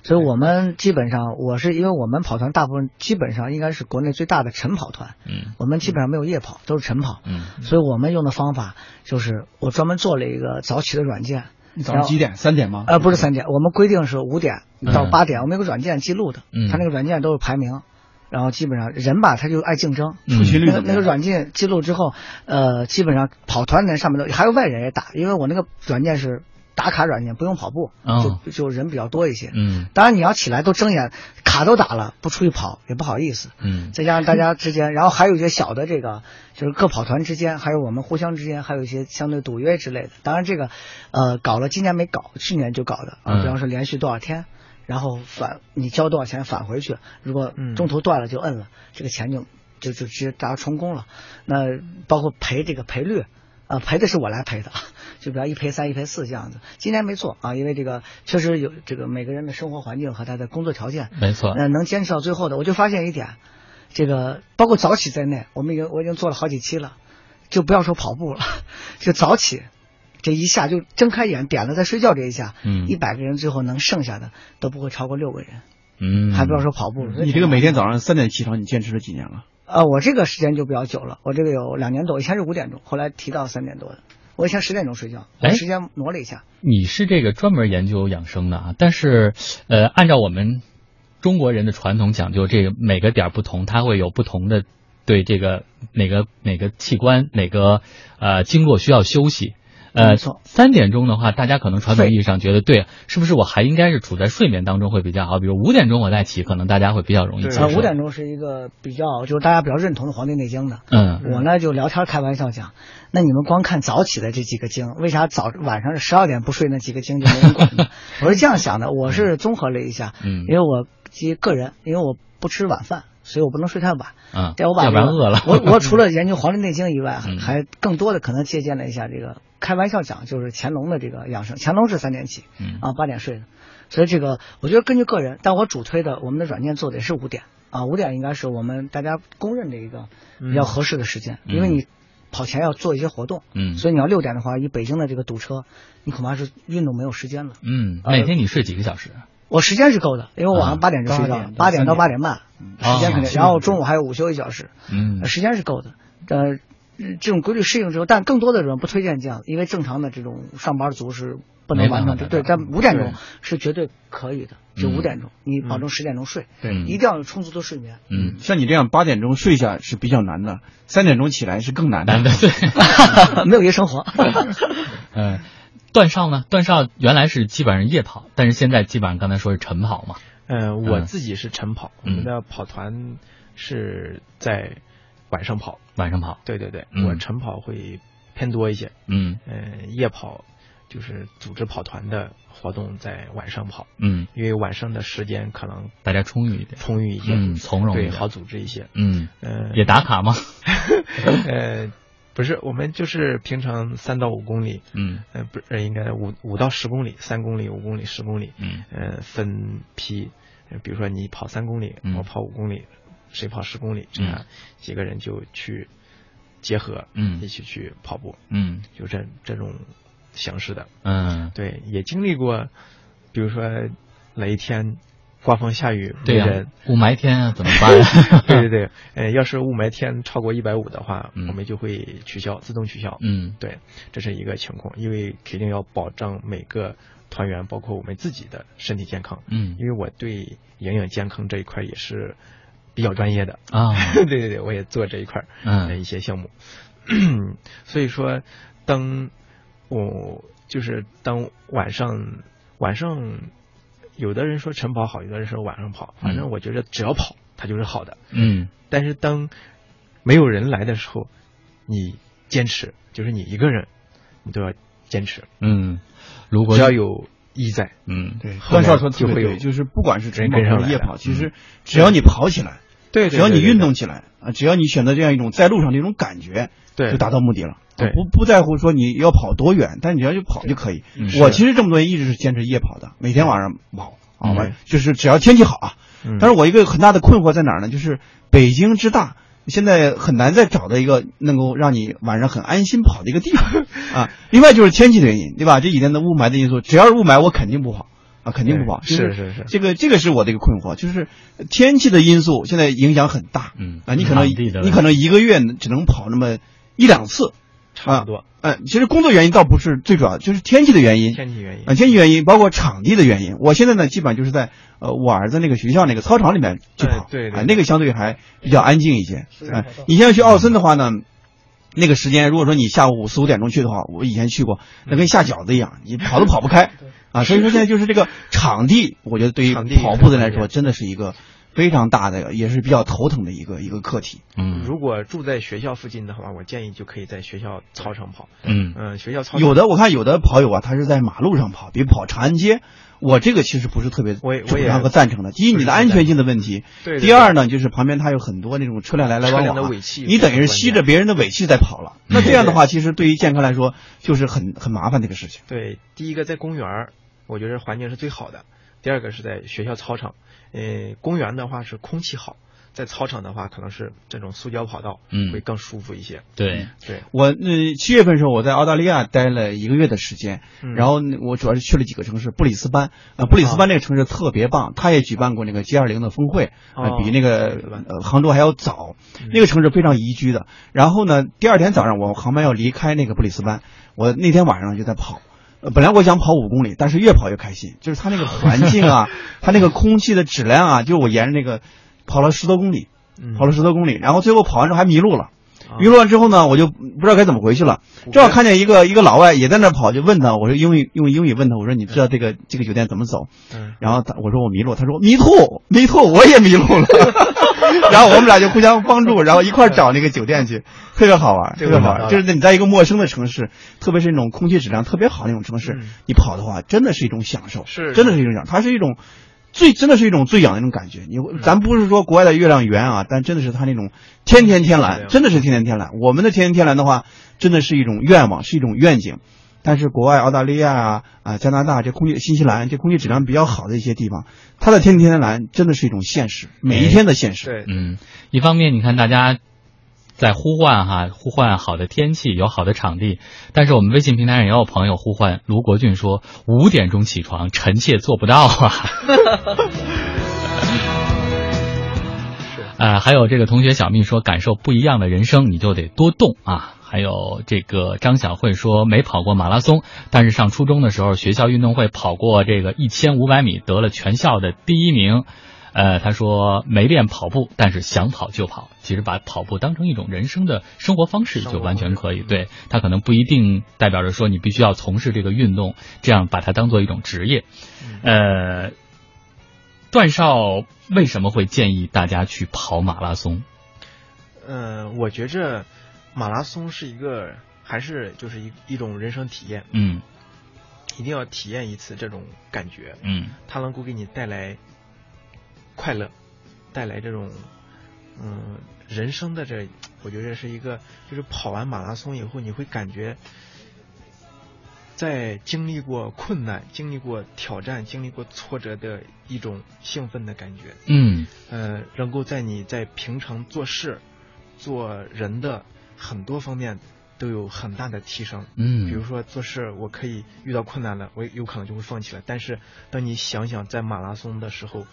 B: 所以我们基本上，我是因为我们跑团大部分基本上应该是国内最大的晨跑团，
A: 嗯
B: 我们基本上没有夜跑，都是晨跑。
A: 嗯，
B: 所以我们用的方法就是我专门做了一个早起的软件。
D: 你早上几点？三点吗？
B: 呃，不是三点，我们规定是五点到
A: 啊嗯
B: 八点，我们有个软件记录的，
A: 嗯
B: 它那个软件都是排名，然后基本上人吧，他就爱竞争。
A: 嗯出勤
D: 率
B: 那
D: 怎
B: 个
D: 么
B: 那
D: 样
B: 个软件记录之后，呃，基本上跑团的人上面都还有外人也打，因为我那个软件是打卡软件，不用跑步，
A: 哦
B: 就就人比较多一些。
A: 嗯
B: 当然你要起来都睁眼，卡都打了，不出去跑也不好意思。
A: 嗯
B: 再加上大家之间，然后还有一些小的这个，就是各跑团之间，还有我们互相之间，还有一些相对赌约之类的。当然这个，呃，搞了今年没搞，去年就搞的啊。
A: 嗯
B: 比方说连续多少天，然后返你交多少钱返回去，如果
C: 嗯
B: 中途断了就摁了，这个钱就就就直接大家充公了。那包括赔这个赔率。啊，赔的是我来赔的， [LAUGHS] 就比方一赔三、一赔四这样子。今年没做啊，因为这个确实有这个每个人的生活环境和他的工作条件，
A: 没错，
B: 呃，能坚持到最后的，我就发现一点，这个包括早起在内，我们已经我已经做了好几期了，就不要说跑步了， [LAUGHS] 就早起，这一下就睁开眼点了再睡觉这一下，
A: 嗯
B: 一百个人最后能剩下的都不会超过六个人，
A: 嗯，
B: 还不要说跑步了。所以
D: 你这个每天早上三点起床，你坚持了几年了？
B: 呃，我这个时间就比较久了，我这个有两年多，以前是五点钟，后来提到三点多的，我以前十点钟睡觉，我
A: 哎
B: 时间挪了一下。
A: 你是这个专门研究养生的啊，但是，呃，按照我们中国人的传统讲究，这个每个点儿不同，它会有不同的对这个哪个哪个器官哪个呃经络需要休息。呃
B: 没错，
A: 三点钟的话，大家可能传统意义上觉得对，是不是我还应该是处在睡眠当中会比较好？比如五点钟我再起，可能大家会比较容易接
C: 对
A: 受。
B: 呃，五点钟是一个比较就是大家比较认同的《黄帝内经》的，
A: 嗯，
B: 我呢就聊天开玩笑讲，那你们光看早起的这几个经，为啥早晚上十二点不睡那几个经就没人管呢？ [LAUGHS] 我是这样想的，我是综合了一下，
A: 嗯
B: 因为我及个人，因为我不吃晚饭，所以我不能睡太晚。
A: 嗯，
B: 对，我把
A: 要
B: 这
A: 不
B: 个
A: 然饿了。
B: 我我除了研究《黄帝内经》以外，
A: 嗯
B: 还更多的可能借鉴了一下这个开玩笑讲，就是乾隆的这个养生。乾隆是三点起
A: 嗯，
B: 啊，八点睡的，所以这个我觉得根据个人，但我主推的我们的软件做的也是五点啊，五点应该是我们大家公认的一个比较合适的时间，
A: 嗯
B: 因为你跑前要做一些活动，
A: 嗯
B: 所以你要六点的话，以北京的这个堵车，你恐怕是运动没有时间了。
A: 嗯，每天你睡几个小时？
B: 我时间是够的，因为我晚
A: 嗯
B: 上八点就睡觉了，啊八点到八点半，啊时间肯定，然后中午还有午休一小时。
A: 嗯
B: 呃时间是够的。呃，这种规律适应之后，但更多的人不推荐这样，因为正常的这种上班族是不能
A: 没办
B: 完
A: 法
B: 成的。嗯
A: 达
B: 对，
A: 到
B: 但五点
C: 对
B: 钟是绝对可以的，就
A: 嗯
B: 五点钟，你保证十点钟睡，
A: 对
B: 一定要有充足的睡眠。
A: 嗯，
D: 像你这样八点钟睡下是比较难的，三点钟起来是更难的。
A: 难的
D: [LAUGHS]
A: 对。
B: 没有夜生
A: [LAUGHS]
B: 活，
A: 嗯，段少呢？段少原来是基本上夜跑，但是现在基本上刚才说是晨跑嘛。
C: 呃，我
A: 嗯
C: 自己是晨跑，我
A: 嗯
C: 们的跑团是在晚上跑。
A: 晚上跑，
C: 对对对，
A: 嗯
C: 我晨跑会偏多一些，
A: 嗯
C: 呃，夜跑就是组织跑团的活动在晚上跑，
A: 嗯，
C: 因为晚上的时间可能
A: 大家充裕一点，
C: 充裕一些，
A: 嗯，从容一
C: 对，
A: 点
C: 好，组织一些。
A: 嗯，
C: 呃，
A: 也打卡吗？
C: [LAUGHS] 呃，不是，我们就是平常三到五公里，
A: 嗯
C: 呃，不，呃，应该五五到十公里，三公里、五公里、十公里，
A: 嗯
C: 呃，分批，呃比如说你跑三公里，
A: 嗯
C: 我跑五公里，谁跑十公里，这样几个人就去结合，
A: 嗯
C: 一起去跑步，
A: 嗯
C: 就这这种形式的。
A: 嗯，
C: 对，也经历过，比如说雷天、刮风下雨、没
A: 对呀
C: 人，，
A: 雾霾天啊，怎么办呀？
C: [LAUGHS] 对对对，呃，要是雾霾天超过一百五的话，
A: 嗯
C: 我们就会取消，自动取消。
A: 嗯
C: 对，这是一个情况，因为肯定要保障每个团员，包括我们自己的身体健康。
A: 嗯
C: 因为我对营养健康这一块也是比较专业的，
A: 啊，
C: [LAUGHS] 对对对，我也做这一块的
A: 嗯
C: 一些项目， [CLEARS THROAT] 所以说，当我就是当晚上晚上，有的人说晨跑好，有的人说晚上跑，反正我觉得只要跑，它就是好的。
A: 嗯
C: 但是当没有人来的时候，你坚持，就是你一个人，你都要坚持，
A: 嗯，如果
C: 只要有意在，
A: 嗯
D: 对，
C: 后
D: 段
C: 面
D: 少说得
C: 就
D: 特别
C: 会有
D: 对，就是不管是晨跑
C: 人跟上
D: 还是夜
C: 来了嗯
D: 跑，其实只要你跑起来，
C: 对
D: 只要你运动，起来啊，只要你选择这样一种在路上的一种感觉，
C: 对
D: 就达到目的了。啊
C: 对
D: 不不在乎说你要跑多远，但你只要去跑就可以
A: 嗯。
D: 我
C: 是
D: 其实这么多年一直是坚持夜跑的，每天晚上跑啊，
C: 嗯
D: 晚就是只要天气好啊，
C: 嗯
D: 但是我一个很大的困惑在哪儿呢？就是北京之大，现在很难再找到一个能够让你晚上很安心跑的一个地
C: [LAUGHS]
D: 方啊。另外就是天气的原因，对吧？这几天的雾霾的因素，只要是雾霾，我肯定不跑啊，肯定不跑。
C: 对
D: 就是
C: 是是
D: 这个这个是我的一个困惑，就是天气的因素现在影响很大。
A: 嗯
D: 啊，你可能
A: 满地的
D: 你可能一个月只能跑那么一两次，
C: 差不多。
D: 呃，其实工作原因倒不是最主要，就是天气的原因。
C: 天气原因
D: 啊，天气原因包括场地的原因。我现在呢，基本上就是在呃我儿子那个学校那个操场里面去跑，
C: 哎对对
D: 啊
C: 对
D: 那个相对还比较安静一些。
B: 是
D: 啊
B: 没错，
D: 你现在去奥森的话呢，那个时间如果说你下午四五点钟去的话，我以前去过，那跟下饺子一
C: 嗯
D: 样，你跑都跑不
C: [LAUGHS]
D: 开啊。所以说现在就是这个场地，我觉得对于
C: 场地
D: 跑步的人来
C: 是很关
D: 说，
C: 键
D: 真的是一个非常大的，也是比较头疼的一个一个课题。
A: 嗯
C: 如果住在学校附近的话，我建议就可以在学校操场跑。
A: 嗯
C: 嗯，学校操场
D: 有的我看有的跑友啊，他是在马路上跑，比如跑长安街。我这个其实不是特别
C: 我也
D: 主
C: 我也
D: 张和赞成的。第一，
C: 不
D: 你
C: 是
D: 的
C: 特别
D: 安全性的问题；
C: 对对
D: 第二呢，就是旁边它有很多那种车辆来来往
C: 车辆的
D: 往
C: 尾
D: 啊，
C: 气
D: 你等于是吸着别人的尾气在跑了。那这样的话，其实对于健康来说就是很很麻烦的一个事情。
C: 对，第一个在公园儿，我觉得环境是最好的。第二个是在学校操场，呃，公园的话是空气好，在操场的话可能是这种塑胶跑道，
A: 嗯
C: 会更舒服一些。
A: 对，
C: 对，
D: 我嗯七月份的时候，我在澳大利亚待了一个月的时间，
C: 嗯啊
D: 然后呢我主要是去了几个城市，布里斯班，呃，布里斯班这个城市特别棒，它也举办过那个 G 二零的峰会，呃，
C: 哦
D: 比那个
C: 布里斯班嗯
D: 呃杭州还要早，那个城市非常宜居的。然后呢，第二天早上我航班要离开那个布里斯班，我那天晚上就在跑。呃本来我想跑五公里，但是越跑越开心，就是
C: [LAUGHS]
D: 它那个环境啊，它那个空气的质量啊，就是我沿着那个跑了十多公里，
C: 嗯
D: 跑了十多公里，然后最后跑完之后还迷路了。
C: 啊
D: 迷路了之后呢，我就不知道该怎么回去了。正好看见一个一个老外也在那儿跑，就问他，我说英语用英语问他，我说你知道这个这个酒店怎么走？
C: 嗯，
D: 然后他我说我迷路，他说迷途迷途，我也迷路
C: [LAUGHS]
D: 了。然后我们俩就互相帮助，然后一块儿找那个酒店去，特别好玩，
C: 这
D: 特
C: 个
D: 别
C: 我
D: 好玩。
C: 找到
D: 就是
C: 了
D: 你在一个陌生的城市，特别是那种空气质量特别好的那种城市
C: 嗯，
D: 你跑的话，真的是一种享受，
C: 是
D: 真的是一种享受，它是一种。最真的是一种最痒的那种感觉，你咱不是说国外的月亮圆啊，但真的是它那种天天天
C: 对
D: 蓝，
C: 啊
D: 真的是天天天蓝。我们的天天天蓝的话，真的是一种愿望，是一种愿景。但是国外澳大利亚啊、啊加拿大这空气、新西兰这空气质量比较好的一些地方，它的天天天蓝真的是一种现实，每一天的现实。
C: 对，
A: 嗯，一方面你看大家在呼唤哈，呼唤好的天气，有好的场地，但是我们微信平台上也有朋友呼唤卢国俊说五点钟起床，臣妾做不
B: [LAUGHS]
A: 到啊。呃，还有这个同学小蜜说，感受不一样的人生，你就得多动啊。还有这个张小慧说，没跑过马拉松，但是上初中的时候，学校运动会跑过这个一千五百米，得了全校的第一名。呃，他说没练跑步，但是想跑就跑。其实把跑步当成一种人生的生活方式，
C: 生
A: 就
C: 活
A: 完
C: 方
A: 全
C: 式嗯
A: 可以。对，它可能不一定代表着说你必须要从事这个运动，这样把它当做一种职业。
C: 嗯
A: 呃，段少为什么会建议大家去跑马拉松？
C: 嗯，我觉着马拉松是一个还是就是一一种人生体验，
A: 嗯
C: 一定要体验一次这种感觉，
A: 嗯
C: 它能够给你带来快乐，带来这种嗯人生的这，我觉得是一个就是跑完马拉松以后，你会感觉在经历过困难、经历过挑战、经历过挫折的一种兴奋的感觉。
A: 嗯
C: 呃，能够在你在平常做事、做人的很多方面都有很大的提升。
A: 嗯，
C: 比如说做事，我可以遇到困难了，我有可能就会放弃了。但是当你想想在马拉松的时候，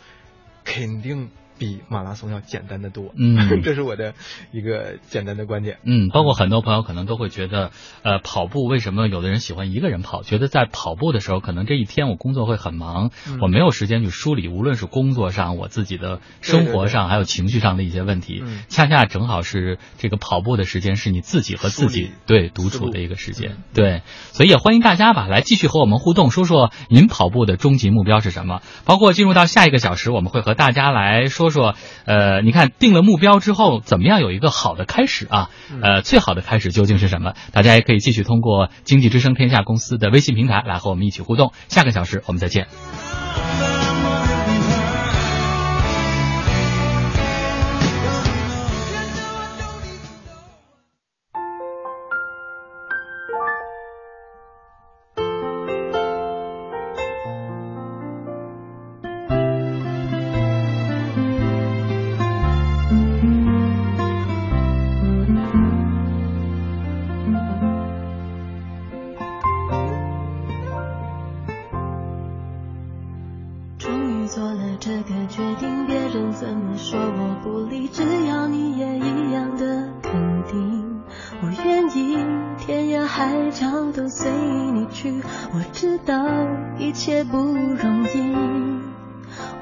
C: 肯定比马拉松要简单的多。
A: 嗯
C: [LAUGHS] 这是我的一个简单的观点。
A: 嗯，包括很多朋友可能都会觉得，呃，跑步为什么有的人喜欢一个人跑？觉得在跑步的时候，可能这一天我工作会很忙，
C: 嗯
A: 我没有时间去梳理，无论是工作上、我自己的生活上，还有情绪上的一些问题。
C: 嗯
A: 恰恰正好是这个跑步的时间，是你自己和自
C: 梳
A: 己
C: 理
A: 对独
C: 思
A: 处
C: 路
A: 的一个时间。
C: 嗯
A: 对，所以也欢迎大家吧，来继续和我们互动，说说您跑步的终极目标是什么？包括进入到下一个小时，我们会和大家来说说，呃，你看定了目标之后，怎么样有一个好的开始啊？
C: 嗯
A: 呃，最好的开始究竟是什么？大家也可以继续通过经济之声天下公司的微信平台来和我们一起互动。下个小时我们再见。
E: 怎么说我不理，只要你也一样的肯定，我愿意天涯海角都随你去。我知道一切不容易，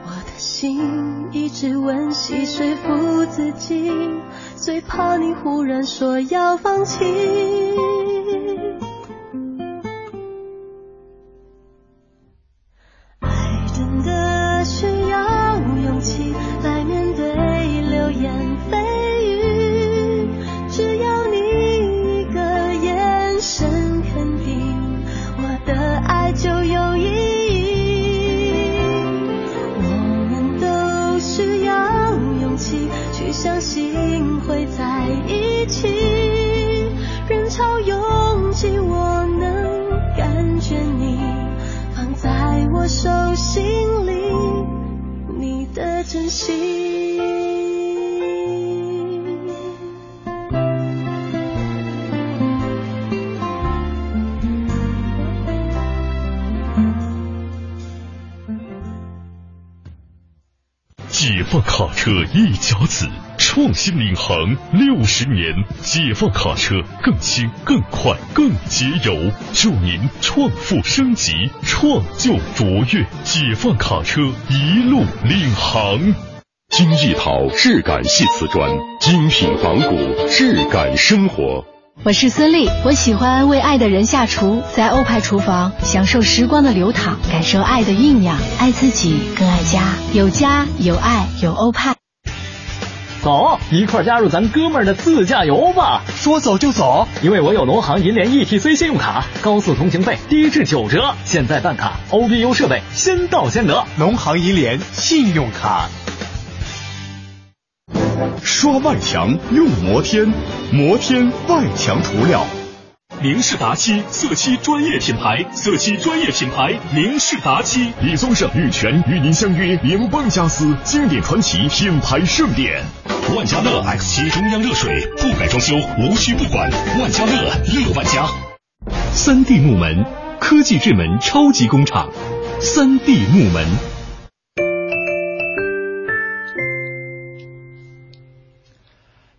E: 我的心一直温习说服自己，最怕你忽然说要放弃。爱真的需要勇气来面对流言蜚语，只要你一个眼神肯定，我的爱就有意义。我们都需要勇气去相信会在一起，人潮拥挤，我能感觉你。放在我手心里，你的真心。
F: 解放卡车一家子，创新领航六十年，解放卡车更轻、更快、更节油，祝您创富升级、创旧卓越，解放卡车一路领航。金逸陶质感系瓷砖，精品仿古，质感生活。
G: 我是孙俪，我喜欢为爱的人下厨，在欧派厨房享受时光的流淌，感受爱的酝酿，爱自己更爱家，有家有爱有欧派。
H: 走，一块儿加入咱哥们儿的自驾游吧！说走就走，因为我有农行银联 ETC 信用卡，高速通行费低至九折，现在办卡 OBU 设备先到先得。农行银联信用卡。
F: 刷外墙用摩天，摩天外墙涂料。明仕达漆，色漆专业品牌，色漆专业品牌，明仕达漆。李宗盛、玉泉与您相约影邦家私经典传奇品牌盛典。万家乐 X 七中央热水不改装修，无需不管。万家乐，乐万家。三 D 木门，科技智门超级工厂。三 D 木门。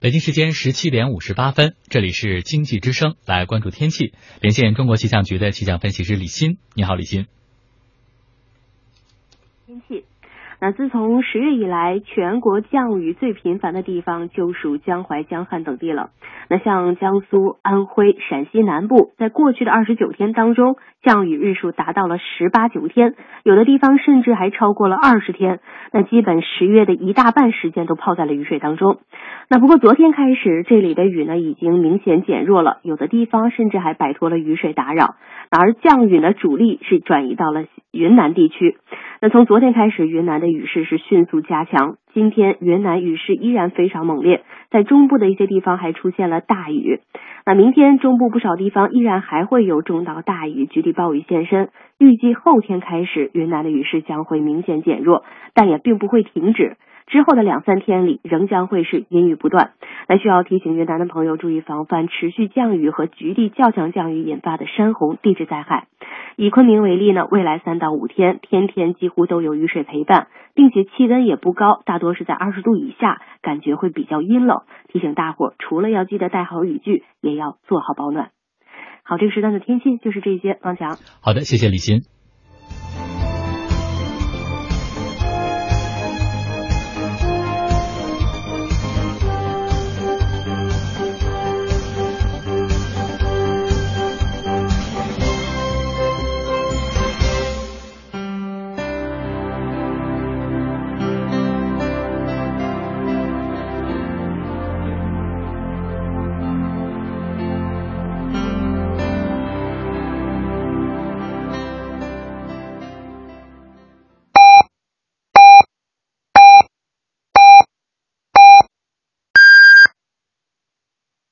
A: 北京时间十七点五十八分，这里是经济之声，来关注天气。连线中国气象局的气象分析师李欣，你好，李欣。
I: 天气。那自从十月以来，全国降雨最频繁的地方就属江淮、江汉等地了。那像江苏、安徽、陕西南部，在过去的二十九天当中，降雨日数达到了十八九天，有的地方甚至还超过了二十天。那基本十月的一大半时间都泡在了雨水当中。那不过昨天开始，这里的雨呢已经明显减弱了，有的地方甚至还摆脱了雨水打扰。而降雨呢，主力是转移到了云南地区。那从昨天开始，云南的雨势是迅速加强。今天云南雨势依然非常猛烈，在中部的一些地方还出现了大雨。那明天中部不少地方依然还会有中到大雨、局地暴雨现身。预计后天开始，云南的雨势将会明显减弱，但也并不会停止。之后的两三天里，仍将会是阴雨不断。那需要提醒云南的朋友注意防范持续降雨和局地较强降雨引发的山洪、地质灾害。以昆明为例呢，未来三到五天，天天几乎都有雨水陪伴，并且气温也不高，大多是在二十度以下，感觉会比较阴冷。提醒大伙，除了要记得带好雨具，也要做好保暖。好，这个时段的天气就是这些。王强。
A: 好的，谢谢李欣。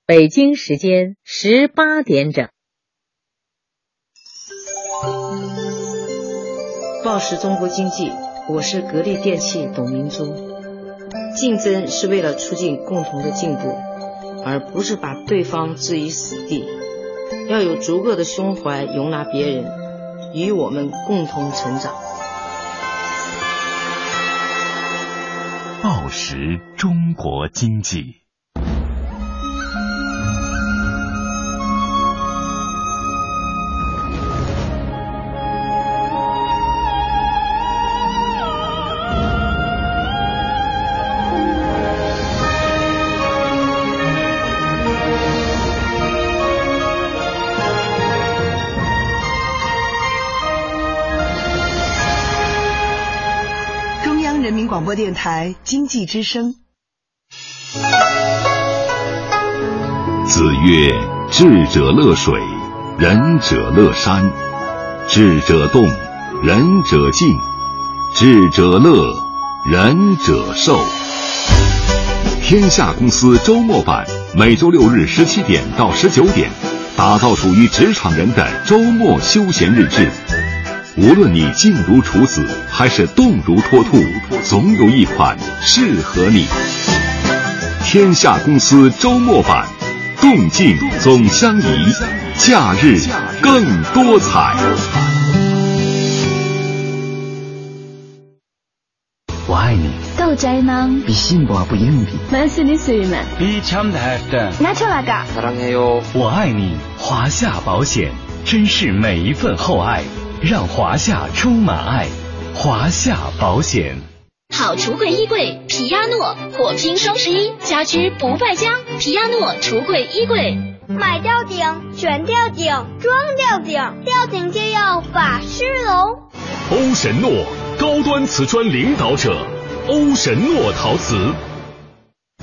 J: 北京时间十八点整。
K: 报时中国经济，我是格力电器董明珠。竞争是为了促进共同的进步，而不是把对方置于死地。要有足够的胸怀容纳别人，与我们共同成长。
F: 报
L: 宝石中国经济。
M: 中央人民广播电台经济之声。
L: 子曰：“智者乐水，仁者乐山；智者动，仁者静；智者乐，仁者寿。”天下公司周末版每周六日十七点到十九点，打造属于职场人的周末休闲日志。无论你静如处子，还是动如脱兔，总有一款适合你。天下公司周末版，动静总相宜，假日更多彩。
F: 我爱你，
N: 豆摘吗？
F: 比心不不硬比。
N: 만수는수임은
F: 比참다할 때，
N: 나처와가
F: 사랑해요。我爱你，华夏保险珍视每一份厚爱，让华夏充满爱。华夏保险。
O: 好橱柜衣柜，皮亚诺火拼双十一，家居不败家。皮亚诺橱柜衣柜，
P: 买吊顶，选吊顶，装吊顶，吊顶就要法狮龙。
L: 欧神诺，高端瓷砖领导者，欧神诺陶瓷。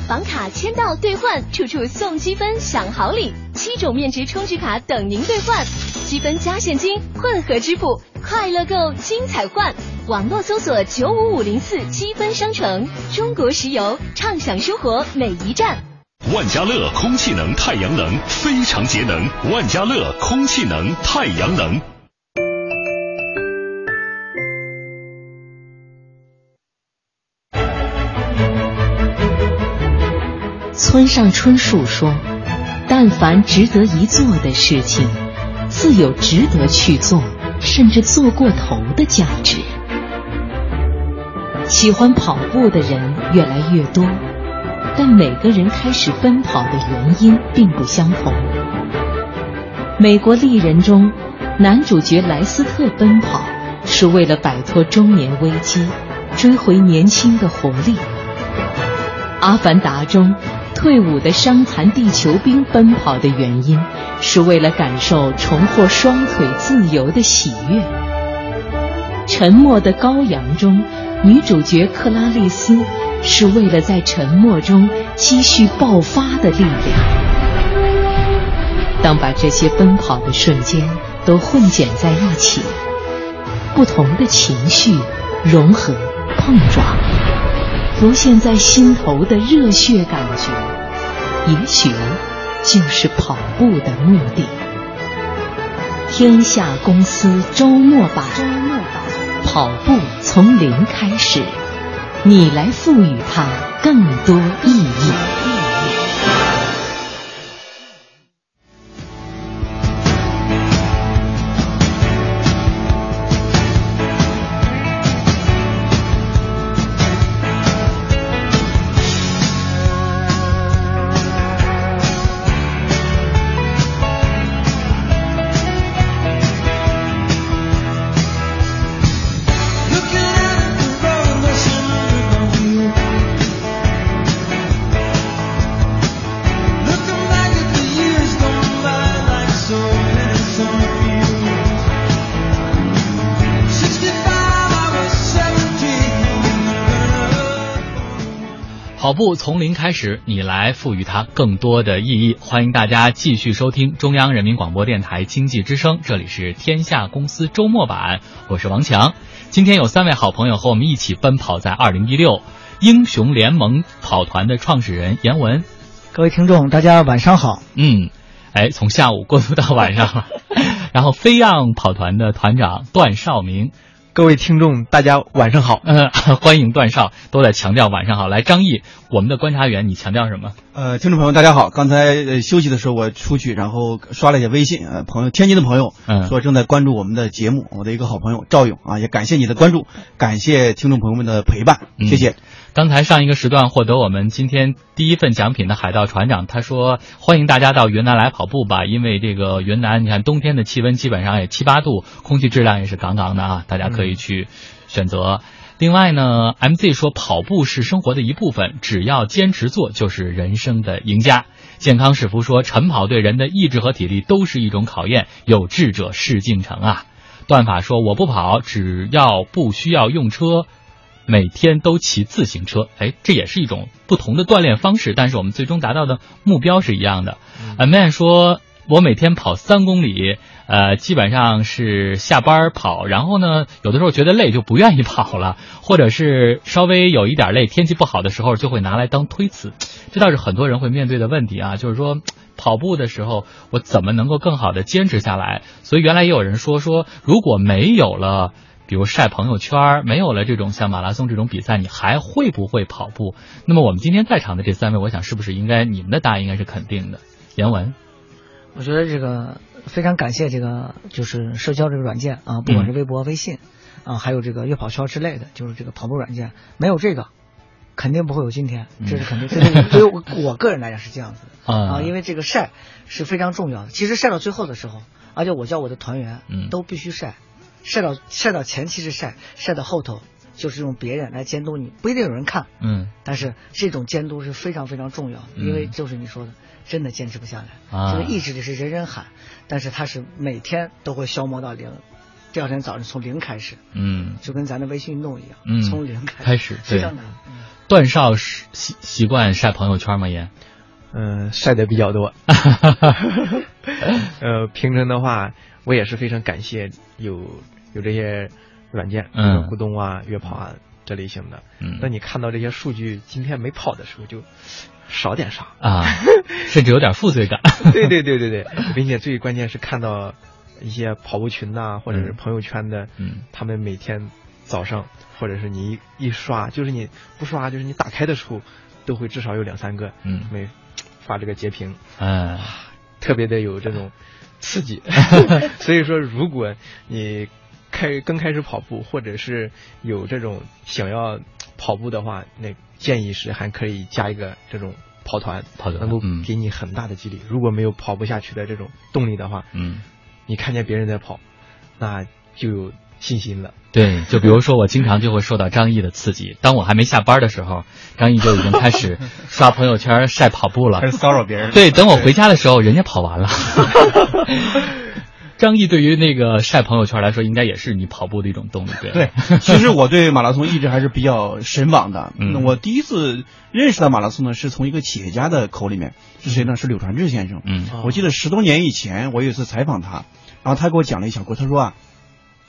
O: 房卡签到兑换，处处送积分享好礼，七种面值充值卡等您兑换，积分加现金，混合支付，快乐购，精彩换。网络搜索九五五零四积分商城，中国石油，畅享生活每一站。
L: 万家乐空气能、太阳能非常节能，万家乐空气能、太阳能。
Q: 村上春树说：“但凡值得一做的事情，自有值得去做，甚至做过头的价值。”喜欢跑步的人越来越多，但每个人开始奔跑的原因并不相同。美国丽人中，男主角莱斯特奔跑是为了摆脱中年危机，追回年轻的活力。《阿凡达》中，退伍的伤残地球兵奔跑的原因，是为了感受重获双腿自由的喜悦。《沉默的羔羊》中，女主角克拉丽丝是为了在沉默中积蓄爆发的力量。当把这些奔跑的瞬间都混剪在一起，不同的情绪融合碰撞。浮现在心头的热血感觉，也许就是跑步的目的。天下公司周末版，周末版，跑步从零开始，你来赋予它更多意义。
A: 跑步从零开始，你来赋予它更多的意义。欢迎大家继续收听中央人民广播电台经济之声，这里是天下公司周末版，我是王强。今天有三位好朋友和我们一起奔跑在二零一六英雄联盟跑团的创始人严文。
B: 各位听众，大家晚上好。
A: 嗯，哎，从下午过渡到晚上 [LAUGHS] 了。然后飞样跑团的团长段少明。
R: 各位听众，大家晚上好。
A: 嗯，欢迎段少，都在强调晚上好。来，张毅，我们的观察员，你强调什么？
D: 呃，听众朋友，大家好。刚才、呃、休息的时候，我出去，然后刷了一下微信，呃，朋友天津的朋友
A: 嗯
D: 说正在关注我们的节目，我的一个好朋友赵勇啊，也感谢你的关注，感谢听众朋友们的陪伴，谢谢。
A: 嗯刚才上一个时段获得我们今天第一份奖品的海盗船长，他说欢迎大家到云南来跑步吧，因为这个云南，你看冬天的气温基本上也七八度，空气质量也是杠杠的啊，大家可以去选择。另外呢，MZ 说跑步是生活的一部分，只要坚持做就是人生的赢家。健康是福说晨跑对人的意志和体力都是一种考验，有志者事竟成啊。段法说我不跑，只要不需要用车，每天都骑自行车。哎，这也是一种不同的锻炼方式，但是我们最终达到的目标是一样的。a man 说我每天跑三公里。呃，基本上是下班跑，然后呢，有的时候觉得累就不愿意跑了， [LAUGHS] 或者是稍微有一点累，天气不好的时候就会拿来当推辞，这倒是很多人会面对的问题啊，就是说。跑步的时候，我怎么能够更好的坚持下来？所以原来也有人说说，如果没有了，比如晒朋友圈，没有了这种像马拉松这种比赛，你还会不会跑步？那么我们今天在场的这三位，我想是不是应该你们的答案应该是肯定的？严文，
B: 我觉得这个非常感谢这个就是社交这个软件啊，不管是微博、微信啊，还有这个月跑圈之类的，就是这个跑步软件，没有这个。肯定不会有今天，这是肯定。这对于对于我我个人来讲是这样子的
A: [LAUGHS] 啊
B: 啊，因为这个晒是非常重要的。其实晒到最后的时候，而且我叫我的团员
A: 嗯
B: 都必须晒，晒到晒到前期是晒，晒到后头就是用别人来监督你，不一定有人看，
A: 嗯
B: 但是这种监督是非常非常重要的，
A: 嗯
B: 因为就是你说的，真的坚持不下来，
A: 啊
B: 这个意志力是人人喊，但是它是每天都会消磨到零，第二天早上从零开始，
A: 嗯
B: 就跟咱的微信运动一样，
A: 嗯，
B: 从零
A: 开始
B: 非
A: 对
B: 常难。。
A: 段少是习习惯晒朋友圈吗？严，
C: 嗯，晒的比较
A: [LAUGHS]
C: 多。 [LAUGHS] 呃，平常的话，我也是非常感谢有有这些软件，
A: 嗯
C: 比如咕咚啊、约跑啊这类型的。
A: 嗯
C: 那你看到这些数据，今天没跑的时候就少点啥。 [LAUGHS]
A: 啊，甚至有点负罪感。
C: 对对对
A: [LAUGHS]
C: 对对，并且最关键是看到一些跑步群呐、或者是朋友圈的，
A: 嗯
C: 他们每天早上，或者是你一一刷，就是你不刷，就是你打开的时候，都会至少有两三个，
A: 嗯，
C: 每发这个截屏，
A: 嗯、
C: 特别的有这种刺
A: [LAUGHS]
C: 激。所以说，如果你开刚开始跑步，或者是有这种想要跑步的话，那建议是还可以加一个这种跑团，
A: 跑团
C: 能够
A: 嗯
C: 给你很大的激励。如果没有跑不下去的这种动力的话，
A: 嗯，
C: 你看见别人在跑，那就有信心了。
A: 对，就比如说我经常就会受到张毅的刺激。当我还没下班的时候，张毅就已经
D: [LAUGHS]
A: 开始刷朋友圈、晒跑步了，
D: 开始骚扰别人了
A: 对，等我回家的时候，人家
D: [LAUGHS]
A: 跑完了。张毅对于那个晒朋友圈来说，应该也是你跑步的一种动力，对
D: 对，其实我对马拉松一直还是比较神往的。
A: 嗯
D: 那我第一次认识到马拉松呢，是从一个企业家的口里面，是谁呢？是柳传志先生。
A: 嗯
D: 我记得十多年以前，我有一次采访他，然后他给我讲了一小故事，他说啊，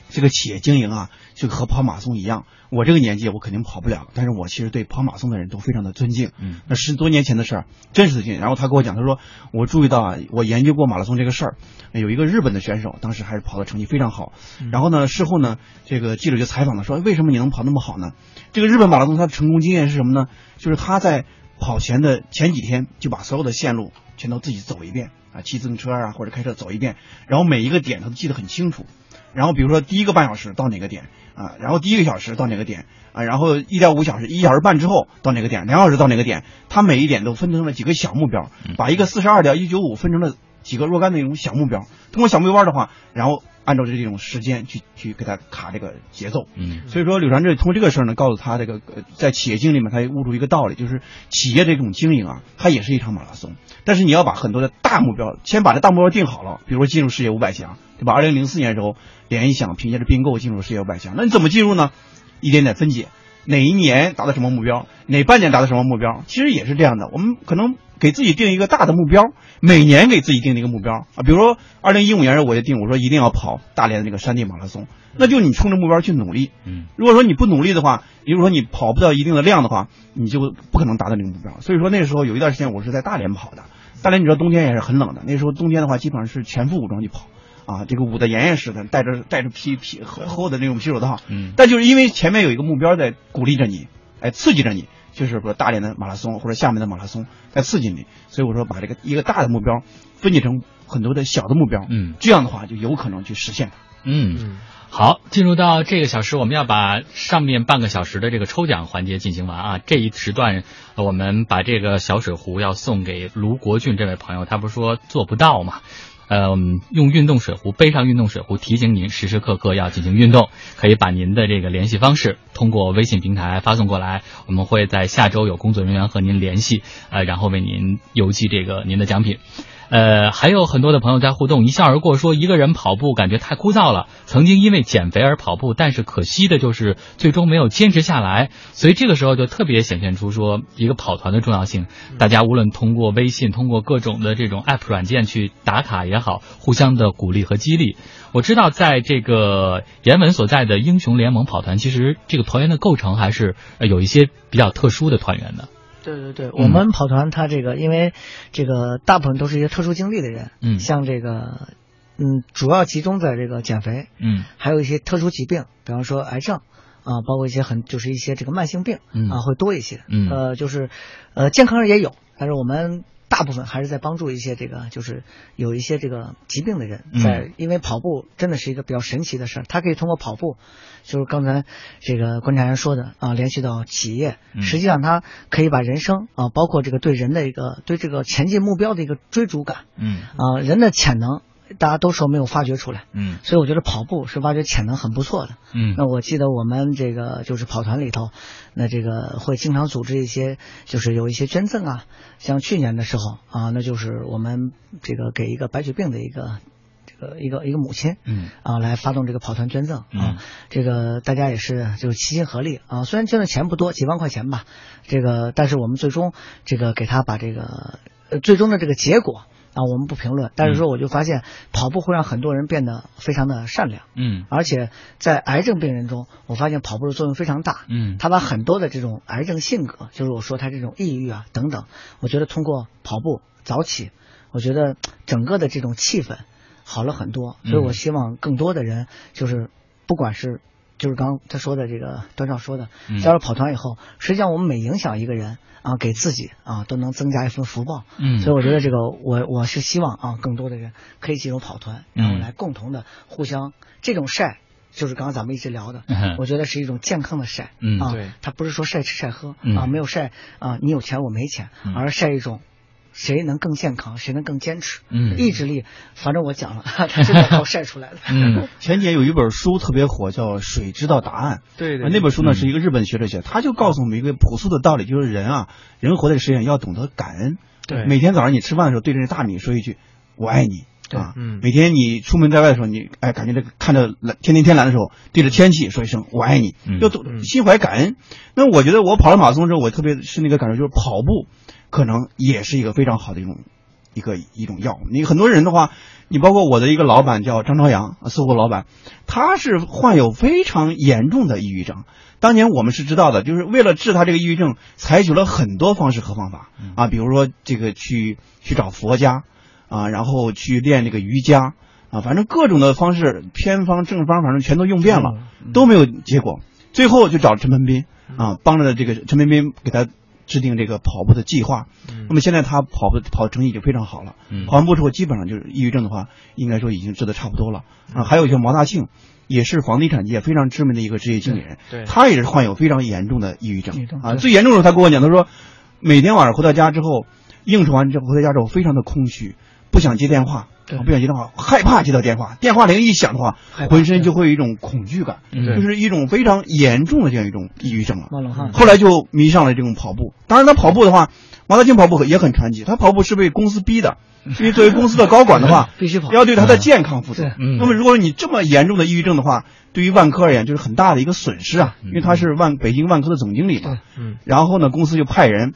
D: 这个企业经营啊，就和跑马拉松一样。我这个年纪我肯定跑不了，但是我其实对跑马拉松的人都非常的尊敬。
A: 嗯，
D: 那十多年前的事儿，真实的经历。然后他跟我讲，他说我注意到啊，我研究过马拉松这个事儿，有一个日本的选手，当时还是跑的成绩非常好。然后呢，事后呢，这个记者就采访他说，哎为什么你能跑那么好呢？这个日本马拉松它的成功经验是什么呢？就是他在跑前的前几天就把所有的线路全都自己走一遍啊，骑自行车啊或者开车走一遍，然后每一个点他都记得很清楚。然后比如说第一个半小时到哪个点啊，然后第一个小时到哪个点啊，然后一点五小时、一小时半之后到哪个点，两小时到哪个点，他每一点都分成了几个小目标，把一个四十二点一九五分成了几个若干的那种小目标，通过小目标的话，然后按照这种时间去去给他卡这个节奏，
A: 嗯
D: 所以说，柳传志通过这个事儿呢，告诉他这个呃在企业经理们，他也悟出一个道理，就是企业这种经营啊，它也是一场马拉松。但是你要把很多的大目标，先把这大目标定好了，比如说进入世界五百强，对吧？二零零四年的时候，联想凭借着并购进入世界五百强，那你怎么进入呢？一点点分解，哪一年达到什么目标，哪半年达到什么目标，其实也是这样的。我们可能给自己定一个大的目标，每年给自己定一个目标啊，比如说二零一五年我就定，我说一定要跑大连的那个山地马拉松，那就你冲着目标去努力。
A: 嗯，
D: 如果说你不努力的话，比如说你跑不到一定的量的话，你就不可能达到那个目标。所以说那时候有一段时间我是在大连跑的，大连你知道冬天也是很冷的，那时候冬天的话基本上是全副武装去跑。啊，这个捂得严严实的，戴着戴着皮皮厚厚的那种皮手套，
A: 嗯
D: 但就是因为前面有一个目标在鼓励着你，哎，刺激着你，就是说大连的马拉松或者厦门的马拉松在刺激你，所以我说把这个一个大的目标分解成很多的小的目标，
A: 嗯，
D: 这样的话就有可能去实现它。
A: 嗯，好，进入到这个小时，我们要把上面半个小时的这个抽奖环节进行完啊。这一时段，呃我们把这个小水壶要送给卢国俊这位朋友，他不是说做不到嘛？呃，我们用运动水壶背上运动水壶，提醒您时时刻刻要进行运动。可以把您的这个联系方式通过微信平台发送过来，我们会在下周有工作人员和您联系，呃，然后为您邮寄这个您的奖品。呃，还有很多的朋友在互动，一笑而过说一个人跑步感觉太枯燥了。曾经因为减肥而跑步，但是可惜的就是最终没有坚持下来，所以这个时候就特别显现出说一个跑团的重要性。大家无论通过微信，通过各种的这种 app 软件去打卡也好，互相的鼓励和激励。我知道在这个严文所在的英雄联盟跑团，其实这个团员的构成还是呃有一些比较特殊的团员的。
B: 对对对，
A: 嗯
B: 我们跑团它这个，因为这个大部分都是一些特殊经历的人，
A: 嗯
B: 像这个，嗯，主要集中在这个减肥，
A: 嗯，
B: 还有一些特殊疾病，比方说癌症啊，包括一些很就是一些这个慢性病
A: 嗯
B: 啊会多一些，
A: 嗯
B: 呃，就是呃健康人也有，但是我们。大部分还是在帮助一些这个，就是有一些这个疾病的人
A: 嗯
B: 在，因为跑步真的是一个比较神奇的事儿，它可以通过跑步，就是刚才这个观察员说的啊，联系到企业，
A: 嗯
B: 实际上它可以把人生啊，包括这个对人的一个对这个前进目标的一个追逐感
A: 嗯
B: 啊，人的潜能。大家都说没有发掘出来，
A: 嗯
B: 所以我觉得跑步是挖掘潜能很不错的。
A: 嗯
B: 那我记得我们这个就是跑团里头，那这个会经常组织一些，就是有一些捐赠啊，像去年的时候啊，那就是我们这个给一个白血病的一个这个一个一个母亲，
A: 嗯
B: 啊，来发动这个跑团捐赠啊，
A: 嗯
B: 这个大家也是就是齐心合力啊，虽然捐的钱不多，几万块钱吧，这个但是我们最终这个给他把这个、呃、最终的这个结果啊，我们不评论，但是说我就发现跑步会让很多人变得非常的善良，
A: 嗯
B: 而且在癌症病人中，我发现跑步的作用非常大。
A: 嗯
B: 他把很多的这种癌症性格，就是我说他这种抑郁啊等等，我觉得通过跑步早起，我觉得整个的这种气氛好了很多。所以我
A: 嗯
B: 希望更多的人就是，不管是就是刚刚他说的这个段少说的
A: 嗯，
B: 加入跑团以后，实际上我们每影响一个人啊，给自己啊都能增加一份福报。
A: 嗯
B: 所以我觉得这个我我是希望啊，更多的人可以进入跑团，然后
A: 嗯
B: 来共同的互相这种晒。就是刚刚咱们一直聊的，
A: 嗯
B: 我觉得是一种健康的晒，
A: 嗯
B: 啊
A: 对，
B: 他不是说晒吃晒喝、
A: 嗯
B: 啊，没有晒啊，你有钱我没钱，
A: 嗯
B: 而是晒一种谁能更健康，谁能更坚持，
A: 嗯
B: 意志力，反正我讲了， [LAUGHS] 他真的靠晒出来的，
A: 嗯，
D: 前几年有一本书特别火，叫《水知道答案》。
C: 对对嗯
D: 啊那本书呢是一个日本学者写，他就告诉我们一个朴素的道理，就是人啊，人活在世间要懂得感恩。
C: 对
D: 每天早上你吃饭的时候对着那大米说一句“我爱你”。啊，
C: 嗯
D: 每天你出门在外的时候，你哎，感觉这个看着蓝天天天蓝的时候，对着天气说一声“我爱你”，
A: 嗯
D: 要懂心怀感恩。那我觉得我跑了马拉松之后，我特别是那个感受，就是跑步可能也是一个非常好的一种一个一种药。你很多人的话，你包括我的一个老板叫张朝阳，啊搜狐老板，他是患有非常严重的抑郁症。当年我们是知道的，就是为了治他这个抑郁症，采取了很多方式和方法啊，比如说这个去去找佛家啊，然后去练这个瑜伽啊，反正各种的方式，偏方正方，反正全都用遍了，都没有结果。最后就找陈鹏斌啊，帮着这个陈鹏斌给他制定这个跑步的计划。那么现在他跑步跑成绩已经非常好了，
A: 嗯
D: 跑完步之后基本上就是抑郁症的话，应该说已经治得差不多了啊。还有一个毛大庆，也是房地产界非常知名的一个职业经理人，
C: 对对
D: 他也是患有非常严重的抑郁
B: 嗯抑郁
D: 症
B: 症
D: 啊。
B: 对
D: 最严重的时候他跟我讲，他说每天晚上回到家之后，应酬完之后回到家之后非常的空虚，不想接电话。
B: 对
D: 啊不想接电话，害怕接到电话，电话铃一响的话
B: 害，怕
D: 浑身就会有一种恐惧感，
A: 对
D: 就是一种非常严重的这样一种抑郁症了。
B: 冒冷汗，
D: 后来就迷上了这种跑步。当然，他跑步的话，王大庆跑步也很传奇。他跑步是被公司
B: [LAUGHS]，
D: 逼的，因为作为公司的高管的话
B: 必须跑
D: 要对他的健康负责
B: 对。
A: 嗯
D: 那么，如果你这么严重的抑郁症的话，对于万科而言就是很大的一个损失啊，
B: 嗯
D: 因为他是万北京万科的总经理嘛。
C: 嗯
D: 然后呢，公司就派人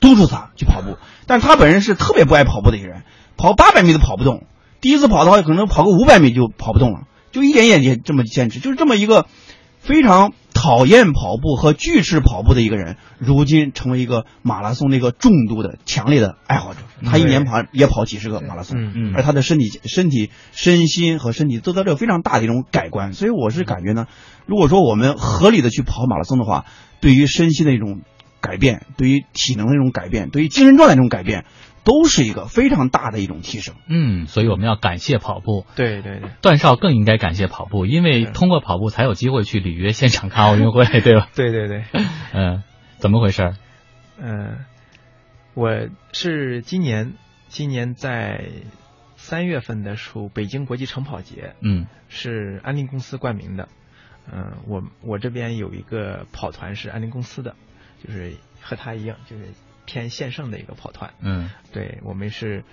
D: 督促他去跑步，但他本人是特别不爱跑步的一个人，跑八百米都跑不动，第一次跑的话可能跑个五百米就跑不动了，就一点一点也这么坚持，就是这么一个非常讨厌跑步和拒斥跑步的一个人，如今成为一个马拉松的一个重度的、强烈的爱好者，他一年跑也跑几十个马拉松，
C: 嗯
D: 而他的身体、身体、身心和身体都得到了非常大的一种改观。所以我是感觉呢，如果说我们合理的去跑马拉松的话，对于身心的一种改变，对于体能的一种改变，对于精神状态的一种改变，都是一个非常大的一种提升。
A: 嗯，所以我们要感谢跑步。
C: 对对对，
A: 段少更应该感谢跑步，因为通过跑步才有机会去里约现场看奥运会，对吧？
C: [LAUGHS] 对对对，
A: [LAUGHS] 嗯，怎么回事儿？
C: 嗯，我是今年今年在三月份的时候，北京国际长跑节，
A: 嗯，
C: 是安利公司冠名的。嗯，我我这边有一个跑团是安利公司的，就是和他一样，就是偏线上的一个跑团。
A: 嗯，
C: 对我们是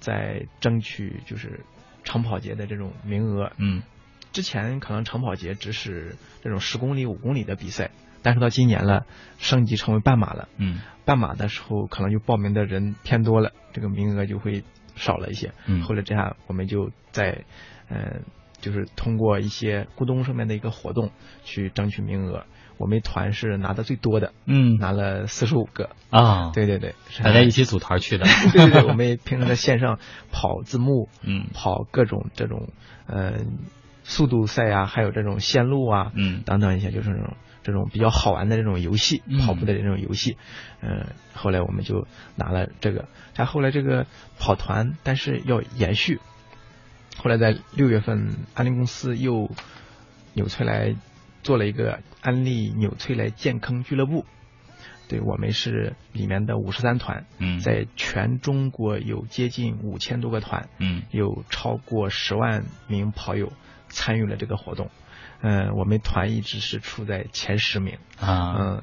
C: 在争取就是长跑节的这种名额。
A: 嗯，
C: 之前可能长跑节只是这种十公里、五公里的比赛，但是到今年了，升级成为半马了。
A: 嗯，
C: 半马的时候可能就报名的人偏多了，这个名额就会少了一些。
A: 嗯，
C: 后来这样我们就在嗯。呃就是通过一些咕咚上面的一个活动去争取名额，我们团是拿的最多的，
A: 嗯，
C: 拿了四十五个
A: 啊、哦，
C: 对对对，是
A: 大家一起组团去的，
C: 对对对，我们平时在线上跑字幕，
A: 嗯，
C: 跑各种这种呃速度赛啊，还有这种线路啊，
A: 嗯，
C: 等等一些就是这种这种比较好玩的这种游戏，
A: 嗯、
C: 跑步的这种游戏，嗯、呃，后来我们就拿了这个，但后来这个跑团，但是要延续。后来在六月份，安利公司又纽崔莱做了一个安利纽崔莱健康俱乐部，对我们是里面的五十三团，
A: 嗯，
C: 在全中国有接近五千多个团，
A: 嗯，
C: 有超过十万名跑友参与了这个活动，嗯、呃，我们团一直是处在前十名
A: 啊，
C: 嗯、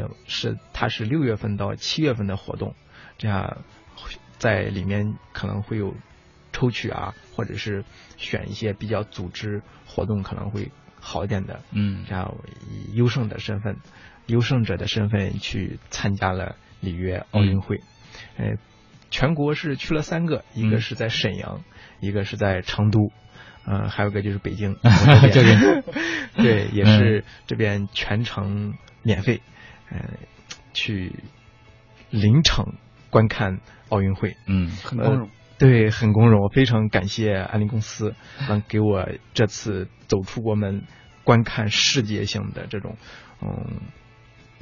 C: 呃，是它是六月份到七月份的活动，这样在里面可能会有。抽取啊，或者是选一些比较组织活动可能会好一点的，
A: 嗯，
C: 然后以优胜的身份、优胜者的身份去参加了里约奥运会。嗯、呃，全国是去了三个，一个是在沈阳，
A: 嗯、
C: 一个是在成都，嗯、呃，还有一个就是北京，
A: 就是
C: [LAUGHS] 对，也是这边全程免费，嗯、呃，去临场观看奥运会，呃
A: 嗯，
D: 很光荣。
C: 对，很光荣，我非常感谢安利公司能给我这次走出国门观看世界性的这种嗯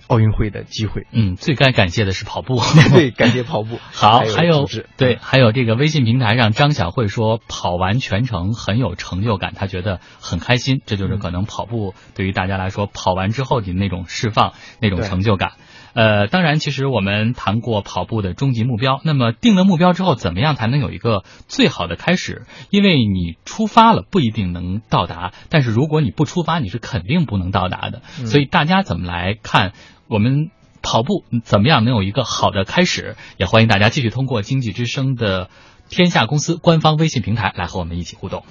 C: 奥运会的机会。
A: 嗯，最该感谢的是跑步，
C: [LAUGHS] 对，感谢跑步。
A: [LAUGHS] 好，
C: 还
A: 有对，
C: 嗯、
A: 还有这个微信平台上张小慧说跑完全程很有成就感，她觉得很开心，这就是可能跑步对于大家来说跑完之后的那种释放、那种成就感。呃，当然，其实我们谈过跑步的终极目标。那么定了目标之后，怎么样才能有一个最好的开始？因为你出发了不一定能到达，但是如果你不出发，你是肯定不能到达的。
C: 嗯、
A: 所以大家怎么来看我们跑步怎么样能有一个好的开始？也欢迎大家继续通过经济之声的天下公司官方微信平台来和我们一起互动。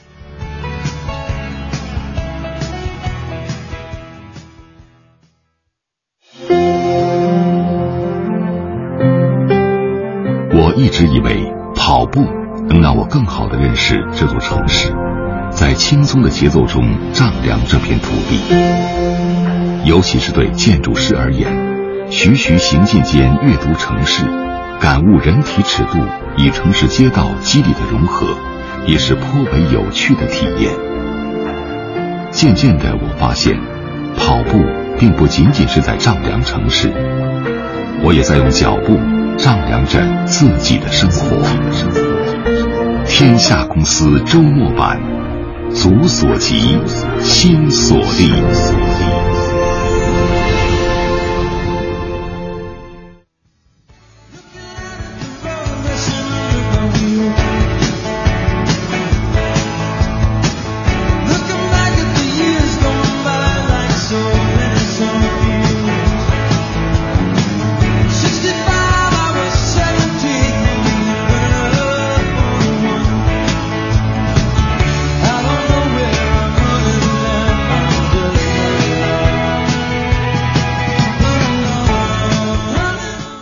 L: 我一直以为跑步能让我更好的认识这座城市，在轻松的节奏中丈量这片土地。尤其是对建筑师而言，徐徐行进间阅读城市，感悟人体尺度与城市街道肌理的融合，也是颇为有趣的体验。渐渐的，我发现，跑步并不仅仅是在丈量城市，我也在用脚步。丈量着自己的生活。天下公司周末版，足所及，心所立。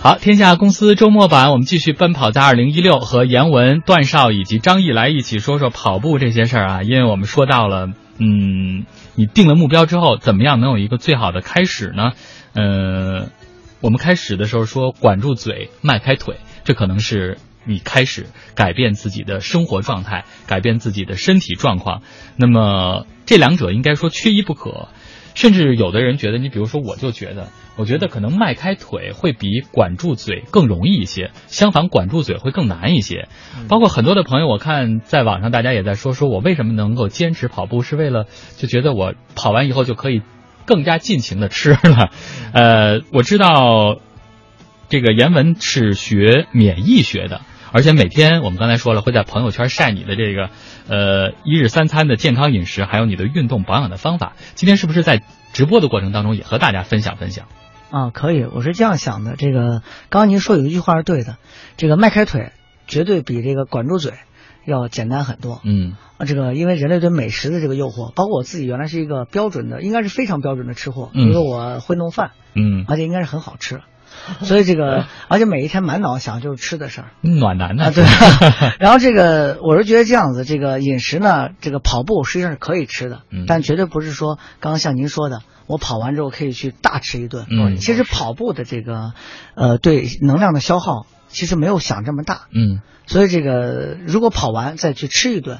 A: 好，天下公司周末版，我们继续奔跑在二零一六，和严文、段少以及张毅来一起说说跑步这些事儿啊，因为我们说到了，嗯，你定了目标之后，怎么样能有一个最好的开始呢？呃，我们开始的时候说管住嘴，迈开腿，这可能是你开始改变自己的生活状态，改变自己的身体状况。那么这两者应该说缺一不可。甚至有的人觉得，你比如说，我就觉得，我觉得可能迈开腿会比管住嘴更容易一些，相反管住嘴会更难一些。包括很多的朋友，我看在网上大家也在说，说我为什么能够坚持跑步，是为了就觉得我跑完以后就可以更加尽情的吃了。呃，我知道这个严文是学免疫学的。而且每天我们刚才说了，会在朋友圈晒你的这个，呃，一日三餐的健康饮食，还有你的运动保养的方法。今天是不是在直播的过程当中也和大家分享分享？
B: [LAUGHS] 啊，可以，我是这样想的。这个刚刚您说有一句话是对的，这个迈开腿绝对比这个管住嘴要简单很多。
A: 嗯，
B: 啊，这个因为人类对美食的这个诱惑，包括我自己原来是一个标准的，应该是非常标准的吃货，
A: 嗯
B: 因为我会弄饭，
A: 嗯，
B: 而且应该是很好吃。所以这
A: [LAUGHS]
B: 个，而且每一天满脑想就是吃的事儿。
A: 暖男呢、
B: 啊，
A: [LAUGHS]
B: 对。然后这个，我是觉得这样子，这个饮食呢，这个跑步实际上是可以吃的，
A: 嗯
B: 但绝对不是说刚刚像您说的，我跑完之后可以去大吃一顿。
A: 嗯
B: 其实跑步的这个，呃，对能量的消耗其实没有想这么大，
A: 嗯，
B: 所以这个如果跑完再去吃一顿，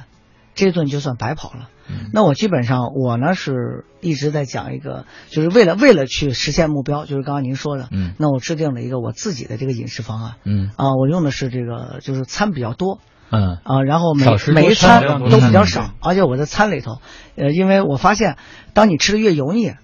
B: 这一顿就算白跑了。
A: 嗯
B: 那我基本上我呢是一直在讲一个，就是为了为了去实现目标，就是刚刚您说的，
A: 嗯
B: 那我制定了一个我自己的这个饮食方案，
A: 嗯
B: 啊，我用的是这个就是餐比较多，
A: 嗯
B: 啊，然后每
A: 少吃多
B: 每一
A: 餐
B: 餐
A: 量多
B: 都
A: 餐
B: 比较
A: 嗯
B: 少，而且我的餐里头，呃，因为我发现，当你吃的越油腻，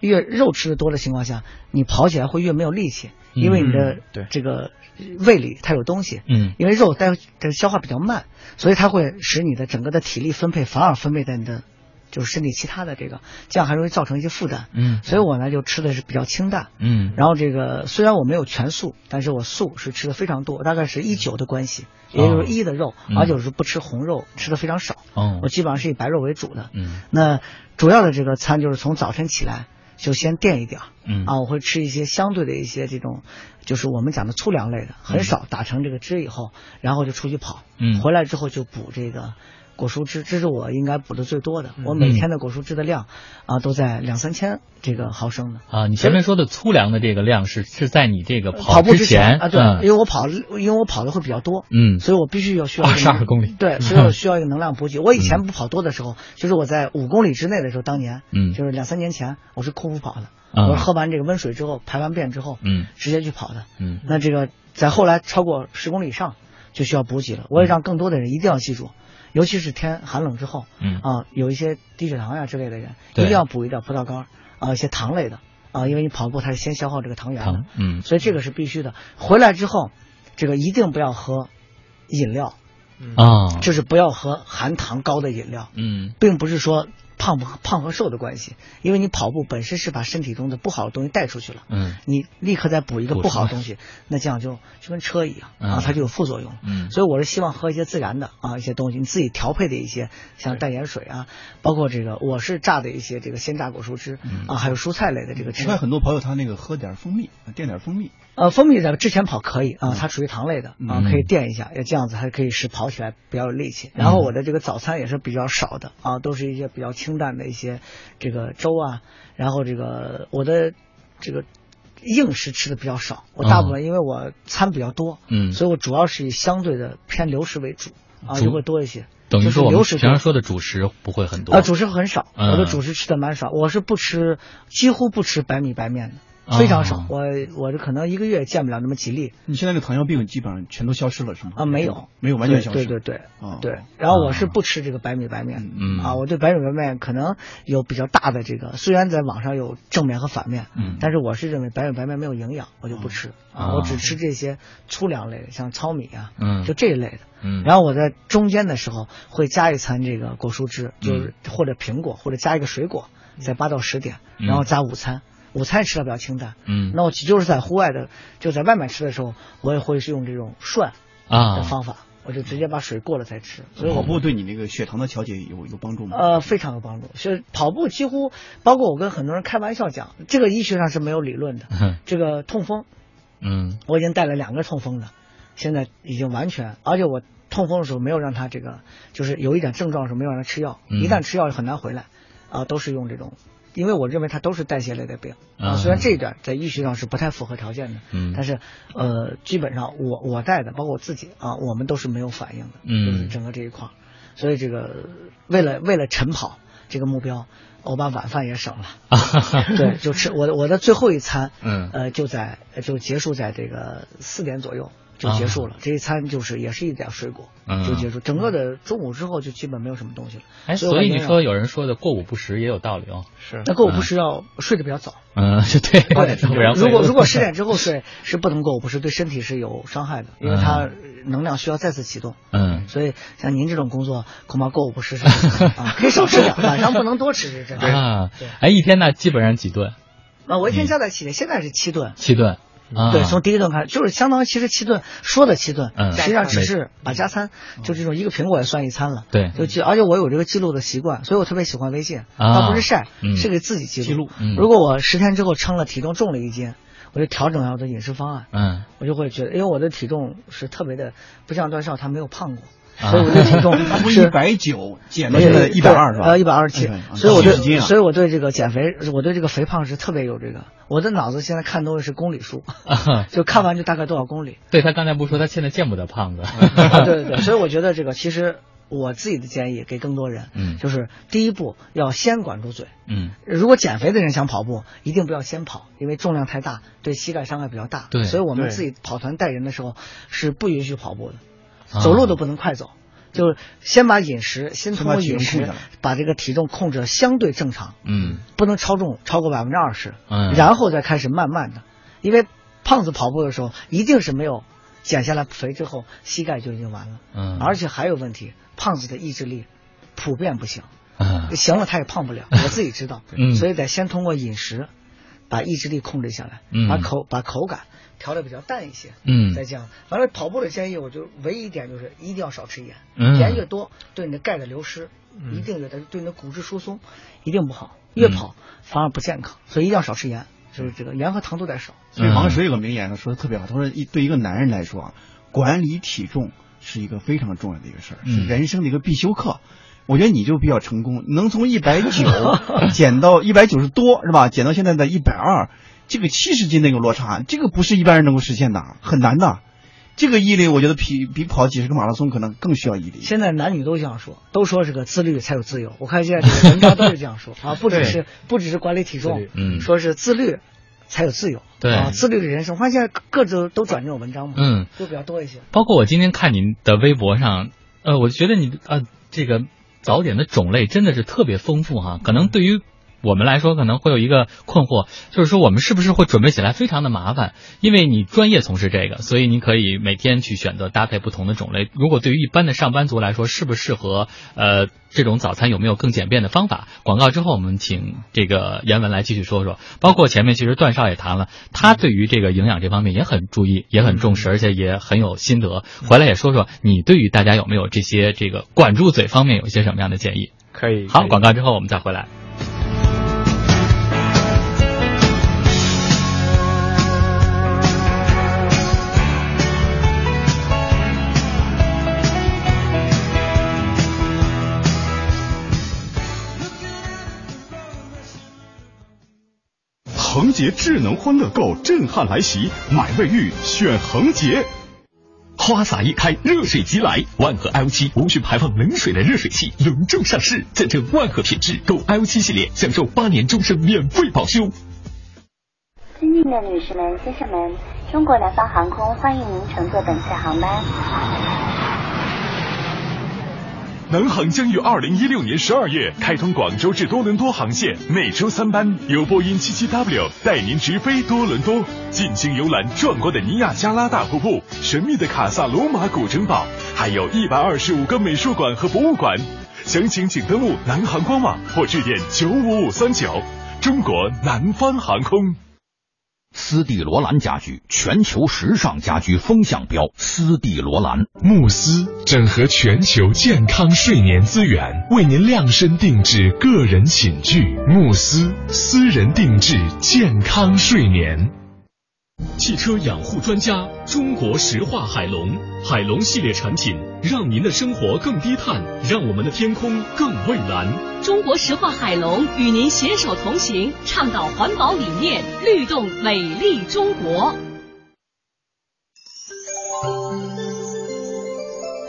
B: 越肉吃的多的情况下，你跑起来会越没有力气，因为你的
C: 嗯对
B: 这个胃里它有东西，
A: 嗯
B: 因为肉它它消化比较慢，所以它会使你的整个的体力分配反而分配在你的就是身体其他的这个，这样还容易造成一些负担，
A: 嗯
B: 所以我呢就吃的是比较清淡，
A: 嗯
B: 然后这个虽然我没有全素，但是我素是吃的非常多，大概是一九的关系，也就是一的肉，
A: 嗯
B: 而且我是不吃红肉，吃的非常少。
A: 哦
B: 我基本上是以白肉为主的。
A: 嗯
B: 那主要的这个餐就是从早晨起来就先垫一点儿。
A: 嗯
B: 啊，我会吃一些相对的一些这种，就是我们讲的粗粮类的，很少打成这个汁以后，然后就出去跑，
A: 嗯
B: 回来之后就补这个果蔬汁，这是我应该补的最多的，
A: 嗯
B: 我每天的果蔬汁的量啊都在两三千这个毫升呢。
A: 啊，你前面说的粗粮的这个量是是在你这个
B: 跑步
A: 之前
B: 啊，对，因
A: 嗯
B: 为我跑，因为我跑的会比较多，
A: 嗯
B: 所以我必须要需要
A: 22
B: 这个
A: 公里嗯
B: 对，所以我需要一个能量补给。我以前不跑多的时候，就是我在五公里之内的时候，当年，
A: 嗯
B: 就是两三年前，我是空腹跑的，
A: 嗯
B: 我是喝完这个温水之后，排完便之后，
A: 嗯
B: 直接去跑的，
A: 嗯
B: 那这个在后来超过十公里以上就需要补给了。
A: 嗯
B: 我也让更多的人一定要记住，尤其是天寒冷之后，
A: 嗯
B: 啊，有一些低血糖呀之类的人，一
A: 对
B: 定要补一点葡萄干儿啊，一些糖类的啊，因为你跑步它是先消耗这个糖原的
A: 糖，嗯
B: 所以这个是必须的。回来之后，这个一定不要喝饮料，
A: 啊
B: 就是不要喝含糖高的饮料，
A: 嗯
B: 并不是说胖不胖和瘦的关系，因为你跑步本身是把身体中的不好的东西带出去了，
A: 嗯
B: 你立刻再补一个
A: 补
B: 不好的
A: 充
B: 东西，那这样就就跟车一样
A: 嗯
B: 啊，它就有副作用。
A: 嗯
B: 所以我是希望喝一些自然的啊一些东西，你自己调配的一些像淡盐水啊，包括这个我是榨的一些这个鲜榨果蔬汁啊，还有蔬菜类的这个
D: 我
B: 吃。
D: 看嗯很多朋友他那个喝点蜂蜜，垫点蜂蜜，
B: 呃，蜂蜜在之前跑可以啊，它属于糖类的啊，
D: 嗯
B: 可以垫一下，也这样子还可以使跑起来比较有力气。然
A: 嗯
B: 后我的这个早餐也是比较少的啊，都是一些比较清淡的一些这个粥啊，然后这个我的这个硬食吃的比较少，我大部分因为我餐比较多，
A: 哦嗯
B: 所以我主要是以相对的偏流食为主啊，
A: 主
B: 就会多一些。
A: 等于
B: 就是
A: 说我们
B: 流食
A: 平常说的主食不会很多
B: 啊，主食很少，
A: 嗯
B: 我的主食吃的蛮少，我是不吃，几乎不吃白米白面的，非常少
D: 哦。
B: 我我这可能一个月见不了那么几粒
D: 你现在这糖尿病基本上全都消失了是吗？
B: 啊，没有，
D: 没有完全消失。
B: 对对对对
D: 哦
A: 嗯
B: 对。然后我是不吃这个白米白面的，
D: 嗯
B: 啊，我对白米白面可能有比较大的这个，虽然在网上有正面和反面，
A: 嗯
B: 但是我是认为白米白面没有营养，我就不吃啊，
A: 哦
B: 我只吃这些粗粮类的，像糙米啊，
A: 嗯
B: 就这一类的。
A: 嗯
B: 然后我在中间的时候会加一餐这个果蔬汁，就是或者苹果，或者加一个水果，在八到十点，
A: 嗯
B: 然后加午餐。午餐吃的比较清淡，
A: 嗯
B: 那我就是在户外的，就在外面吃的时候，我也会是用这种涮
A: 啊
B: 的方法，我就直接把水过了再吃。所以我
D: 跑步对你那个血糖的调节有有帮助吗？
B: 呃，非常有帮助。就是跑步几乎，包括我跟很多人开玩笑讲，这个医学上是没有理论的。这个痛风，
A: 嗯
B: 我已经带了两个痛风的，现在已经完全，而且我痛风的时候没有让他这个，就是有一点症状的时候没有让他吃药，
A: 嗯
B: 一旦吃药就很难回来，啊，都是用这种。因为我认为它都是代谢类的病
A: 啊
B: 啊，虽然这一点在医学上是不太符合条件的，
A: 嗯
B: 但是呃，基本上我我带的，包括我自己啊，我们都是没有反应的，
A: 嗯
B: 就是整个这一块儿，所以这个为了为了晨跑，这个目标，我把晚饭也省
A: [LAUGHS]
B: 了。对，就吃我的我的最后一餐，
A: 嗯
B: 呃，就在就结束在这个四点左右就结束了。这一餐就是也是一点水果
A: 啊嗯
B: 就结束，整个的中午之后就基本没有什么东西了。
A: 哎，
B: 我
A: 所以
B: 感
A: 你
B: 觉
A: 说有人说的过午不食也有道理哦。是
B: 那过午不食，啊要睡得比较早。啊
A: 嗯， [LAUGHS] 是对，不然会
B: 如果如
A: [LAUGHS]
B: 果十点之后睡是不能够，不是对身体是有伤害的，因为它能量需要再次启动。
A: 嗯，
B: 所以像您这种工作，恐怕够不是是 [LAUGHS] 啊，可以少吃点，晚上不能多吃，是真的。
A: 啊，哎，一天呢基本上几顿？
B: 啊，我一天加在一起，现在是七顿。
A: 七顿。啊，
B: 对，从第一顿开始，就是相当于其实七顿说的七顿，
A: 嗯
B: 实际上只
A: 每
B: 是把加餐，就这种一个苹果也算一餐了。
A: 对
B: 就记，而且我有这个记录的习惯，所以我特别喜欢微信，
A: 啊
B: 倒不是晒，
A: 嗯
B: 是给自己记录。
A: 记录嗯
B: 如果我十天之后称了体重重了一斤，我就调整一下我的饮食方案。
A: 嗯，
B: 我就会觉得，因为我的体重是特别的，不像段少他没有胖过。
D: 啊
B: 所以我的体重
D: [LAUGHS] 他不
B: 是
D: 190减到现在
B: 对
D: 120是吧
B: 呃，一百二十七
D: 哎。
B: 所以我对，
D: 90斤啊
B: 所以我对这个减肥，我对这个肥胖是特别有这个，我的脑子现在看东西是公里
A: [LAUGHS]
B: 数，就看完就大概多少公里。
A: 对他刚才不是说他现在见不得胖
B: [LAUGHS]
A: 子？
B: 啊，对对对，所以我觉得这个其实我自己的建议给更多人，
A: 嗯
B: 就是第一步要先管住嘴。
A: 嗯，
B: 如果减肥的人想跑步，一定不要先跑，因为重量太大，对膝盖伤害比较大。
A: 对
B: 所以我们
A: 对
B: 自己跑团带人的时候是不允许跑步的，
A: 啊
B: 走路都不能快走，就是先把饮食，先通过饮
A: 先把体重控
B: 食
A: 制了
B: 把这个体重控制相对正常，
A: 嗯
B: 不能超重超过百分之二十，
A: 嗯
B: 然后再开始慢慢的，因为胖子跑步的时候一定是没有减下来肥之后膝盖就已经完了，
A: 嗯
B: 而且还有问题，胖子的意志力普遍不行，
A: 啊
B: 行了他也胖不
A: [LAUGHS]
B: 了，我自己知道，
A: 嗯
B: 所以得先通过饮食把意志力控制下来，
A: 嗯
B: 把口把口感调的比较淡一些，
A: 嗯
B: 再这样，完了跑步的建议我就唯一一点就是一定要少吃盐，
A: 嗯
B: 盐越多对你的钙的流失
A: 嗯
B: 一定有的对你的骨质疏松嗯一定不好，越跑反而不健康，所以一定要少吃盐，就是这个盐和糖都得少。
D: 所以王水有个名言呢，说的特别好，他说一对一个男人来说啊，管理体重是一个非常重要的一个事儿，是
A: 嗯
D: 人生的一个必修课。我觉得你就比较成功，能从一百九减到一百九十多是吧？减到现在的一百二，这个七十斤的一个落差，这个不是一般人能够实现的，很难的。这个毅力，我觉得比比跑几十个马拉松可能更需要毅力。
B: 现在男女都这样说，都说这个自律才有自由。我看现在这个文章都是这样 [LAUGHS] 说啊，不只是
D: 对
B: 不只是管理体
D: 自
B: 重
D: 律，嗯
B: 说是自律才有自由，
A: 对
B: 啊，自律的人生。我看现在各自都转这种文章嘛，
A: 嗯
B: 都比较多一些。
A: 包括我今天看您的微博上，呃，我觉得你呃这个早点的种类真的是特别丰富哈、可能对于我们来说，可能会有一个困惑，就是说我们是不是会准备起来非常的麻烦？因为你专业从事这个，所以你可以每天去选择搭配不同的种类。如果对于一般的上班族来说，适不适合呃这种早餐有没有更简便的方法？广告之后，我们请这个严文来继续说说。包括前面其实段少也谈了，他对于这个营养这方面也很注意，也很重
C: 嗯
A: 视，而且也很有心得。回来也说说你对于大家有没有这些这个管住嘴方面有一些什么样的建议？
C: 可以。
A: 好，广告之后我们再回来。
F: 恒捷智能欢乐购震撼来袭，买卫浴选恒捷。
S: 花洒一开，热水即来。万和 IO 七无需排放冷水的热水器隆重上市，见证万和品质。购 IO 七系列，享受八年终身免费保修。
T: 尊敬的女士们、先生们，中国南方航空欢迎您乘坐本次航班。
F: 南航将于二零一六年十二月开通广州至多伦多航线，每周三班，由波音七七 W 带您直飞多伦多，尽情游览壮观的尼亚加拉大瀑布、神秘的卡萨罗马古城堡，还有一百二十五个美术馆和博物馆。详情请登录南航官网或致电九五五三九。中国南方航空。
U: 斯蒂罗兰家居，全球时尚家居风向标。斯蒂罗兰慕斯
V: 整合全球健康睡眠资源，为您量身定制个人寝具。慕斯私人定制健康睡眠。
S: 汽车养护专家，中国石化海龙，海龙系列产品让您的生活更低碳，让我们的天空更蔚蓝。
W: 中国石化海龙与您携手同行，倡导环保理念，律动美丽中国。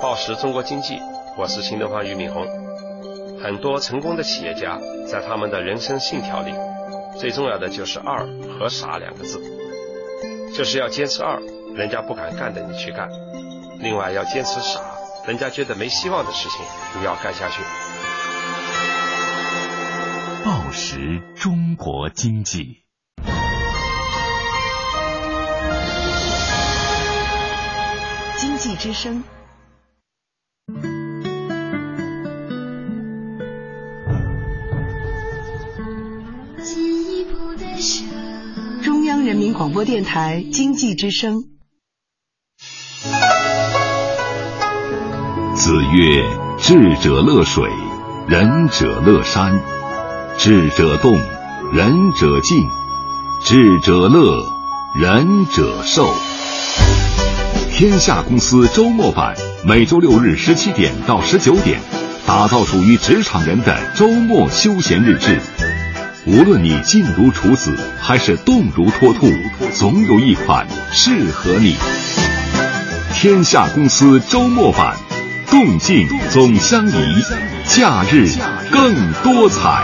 X: 报时中国经济，我是新东方俞敏洪。
E: 很多成功的企业家在他们的人生信条里，最重要的就是“二”和“傻”两个字，就是要坚持二，人家不敢干的你去干；另外要坚持傻，人家觉得没希望的事情你要干下去。
Y: 报时中国经济。
Z: 经济之声。中央人民广播电台经济之声。
L: 子曰：“智者乐水，仁者乐山。智者动，仁者静；智者乐，仁者寿。”天下公司周末版每周六日十七点到十九点，打造属于职场人的周末休闲日志。无论你静如处子，还是动如脱兔，总有一款适合你。天下公司周末版，共进总相宜，假日更多彩。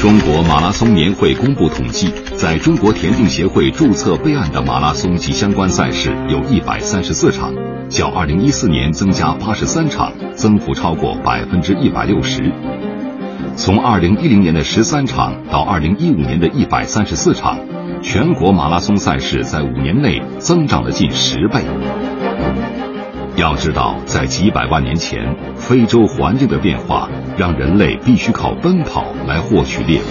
L: 中国马拉松年会公布统计，在中国田径协会注册备案的马拉松及相关赛事有一百三十四场，较二零一四年增加八十三场，增幅超过百分之一百六十。从二零一零年的十三场到二零一五年的一百三十四场，全国马拉松赛事在五年内增长了近十倍。要知道，在几百万年前，非洲环境的变化让人类必须靠奔跑来获取猎物。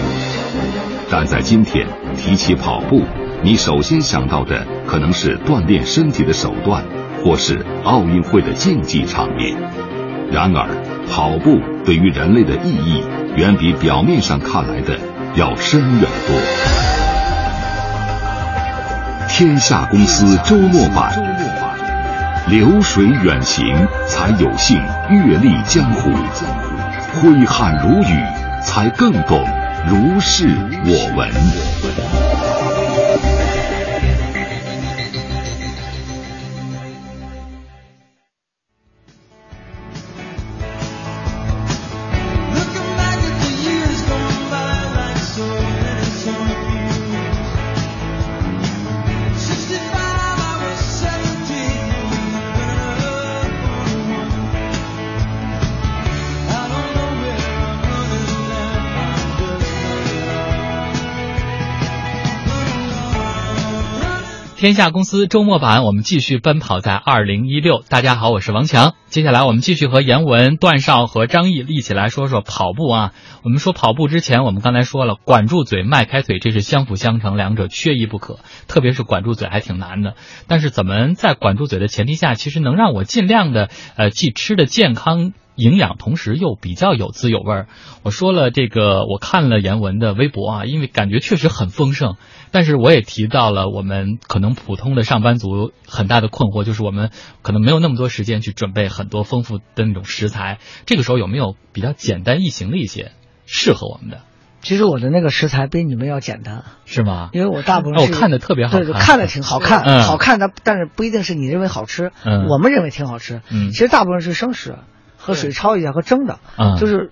L: 但在今天，提起跑步，你首先想到的可能是锻炼身体的手段，或是奥运会的竞技场面。然而，跑步对于人类的意义远比表面上看来的要深远多。天下公司周末版。流水远行，才有幸阅历江湖；挥汗如雨，才更懂如是我闻。
A: 天下公司周末版，我们继续奔跑在二零一六。大家好，我是王强。接下来我们继续和严文、段少和张毅一起来说说跑步啊。我们说跑步之前，我们刚才说了，管住嘴、迈开腿，这是相辅相成，两者缺一不可。特别是管住嘴还挺难的，但是怎么在管住嘴的前提下，其实能让我尽量的呃，既吃的健康。营养，同时又比较有滋有味儿。我说了这个，我看了严文的微博啊，因为感觉确实很丰盛。但是我也提到了我们可能普通的上班族很大的困惑，就是我们可能没有那么多时间去准备很多丰富的那种食材。这个时候有没有比较简单易行的一些适合我们的？
B: 其实我的那个食材比你们要简单，啊
A: 是吗？
B: 因为我大部分
A: 哦
B: 是
A: 看得特别好
B: 对，
A: 看
B: 看的挺好看，
A: 嗯
B: 好看的，但是不一定是你认为好吃，
A: 嗯
B: 我们认为挺好吃。
A: 嗯
B: 其实大部分是生食，和水焯一下和蒸的，
A: 嗯
B: 就是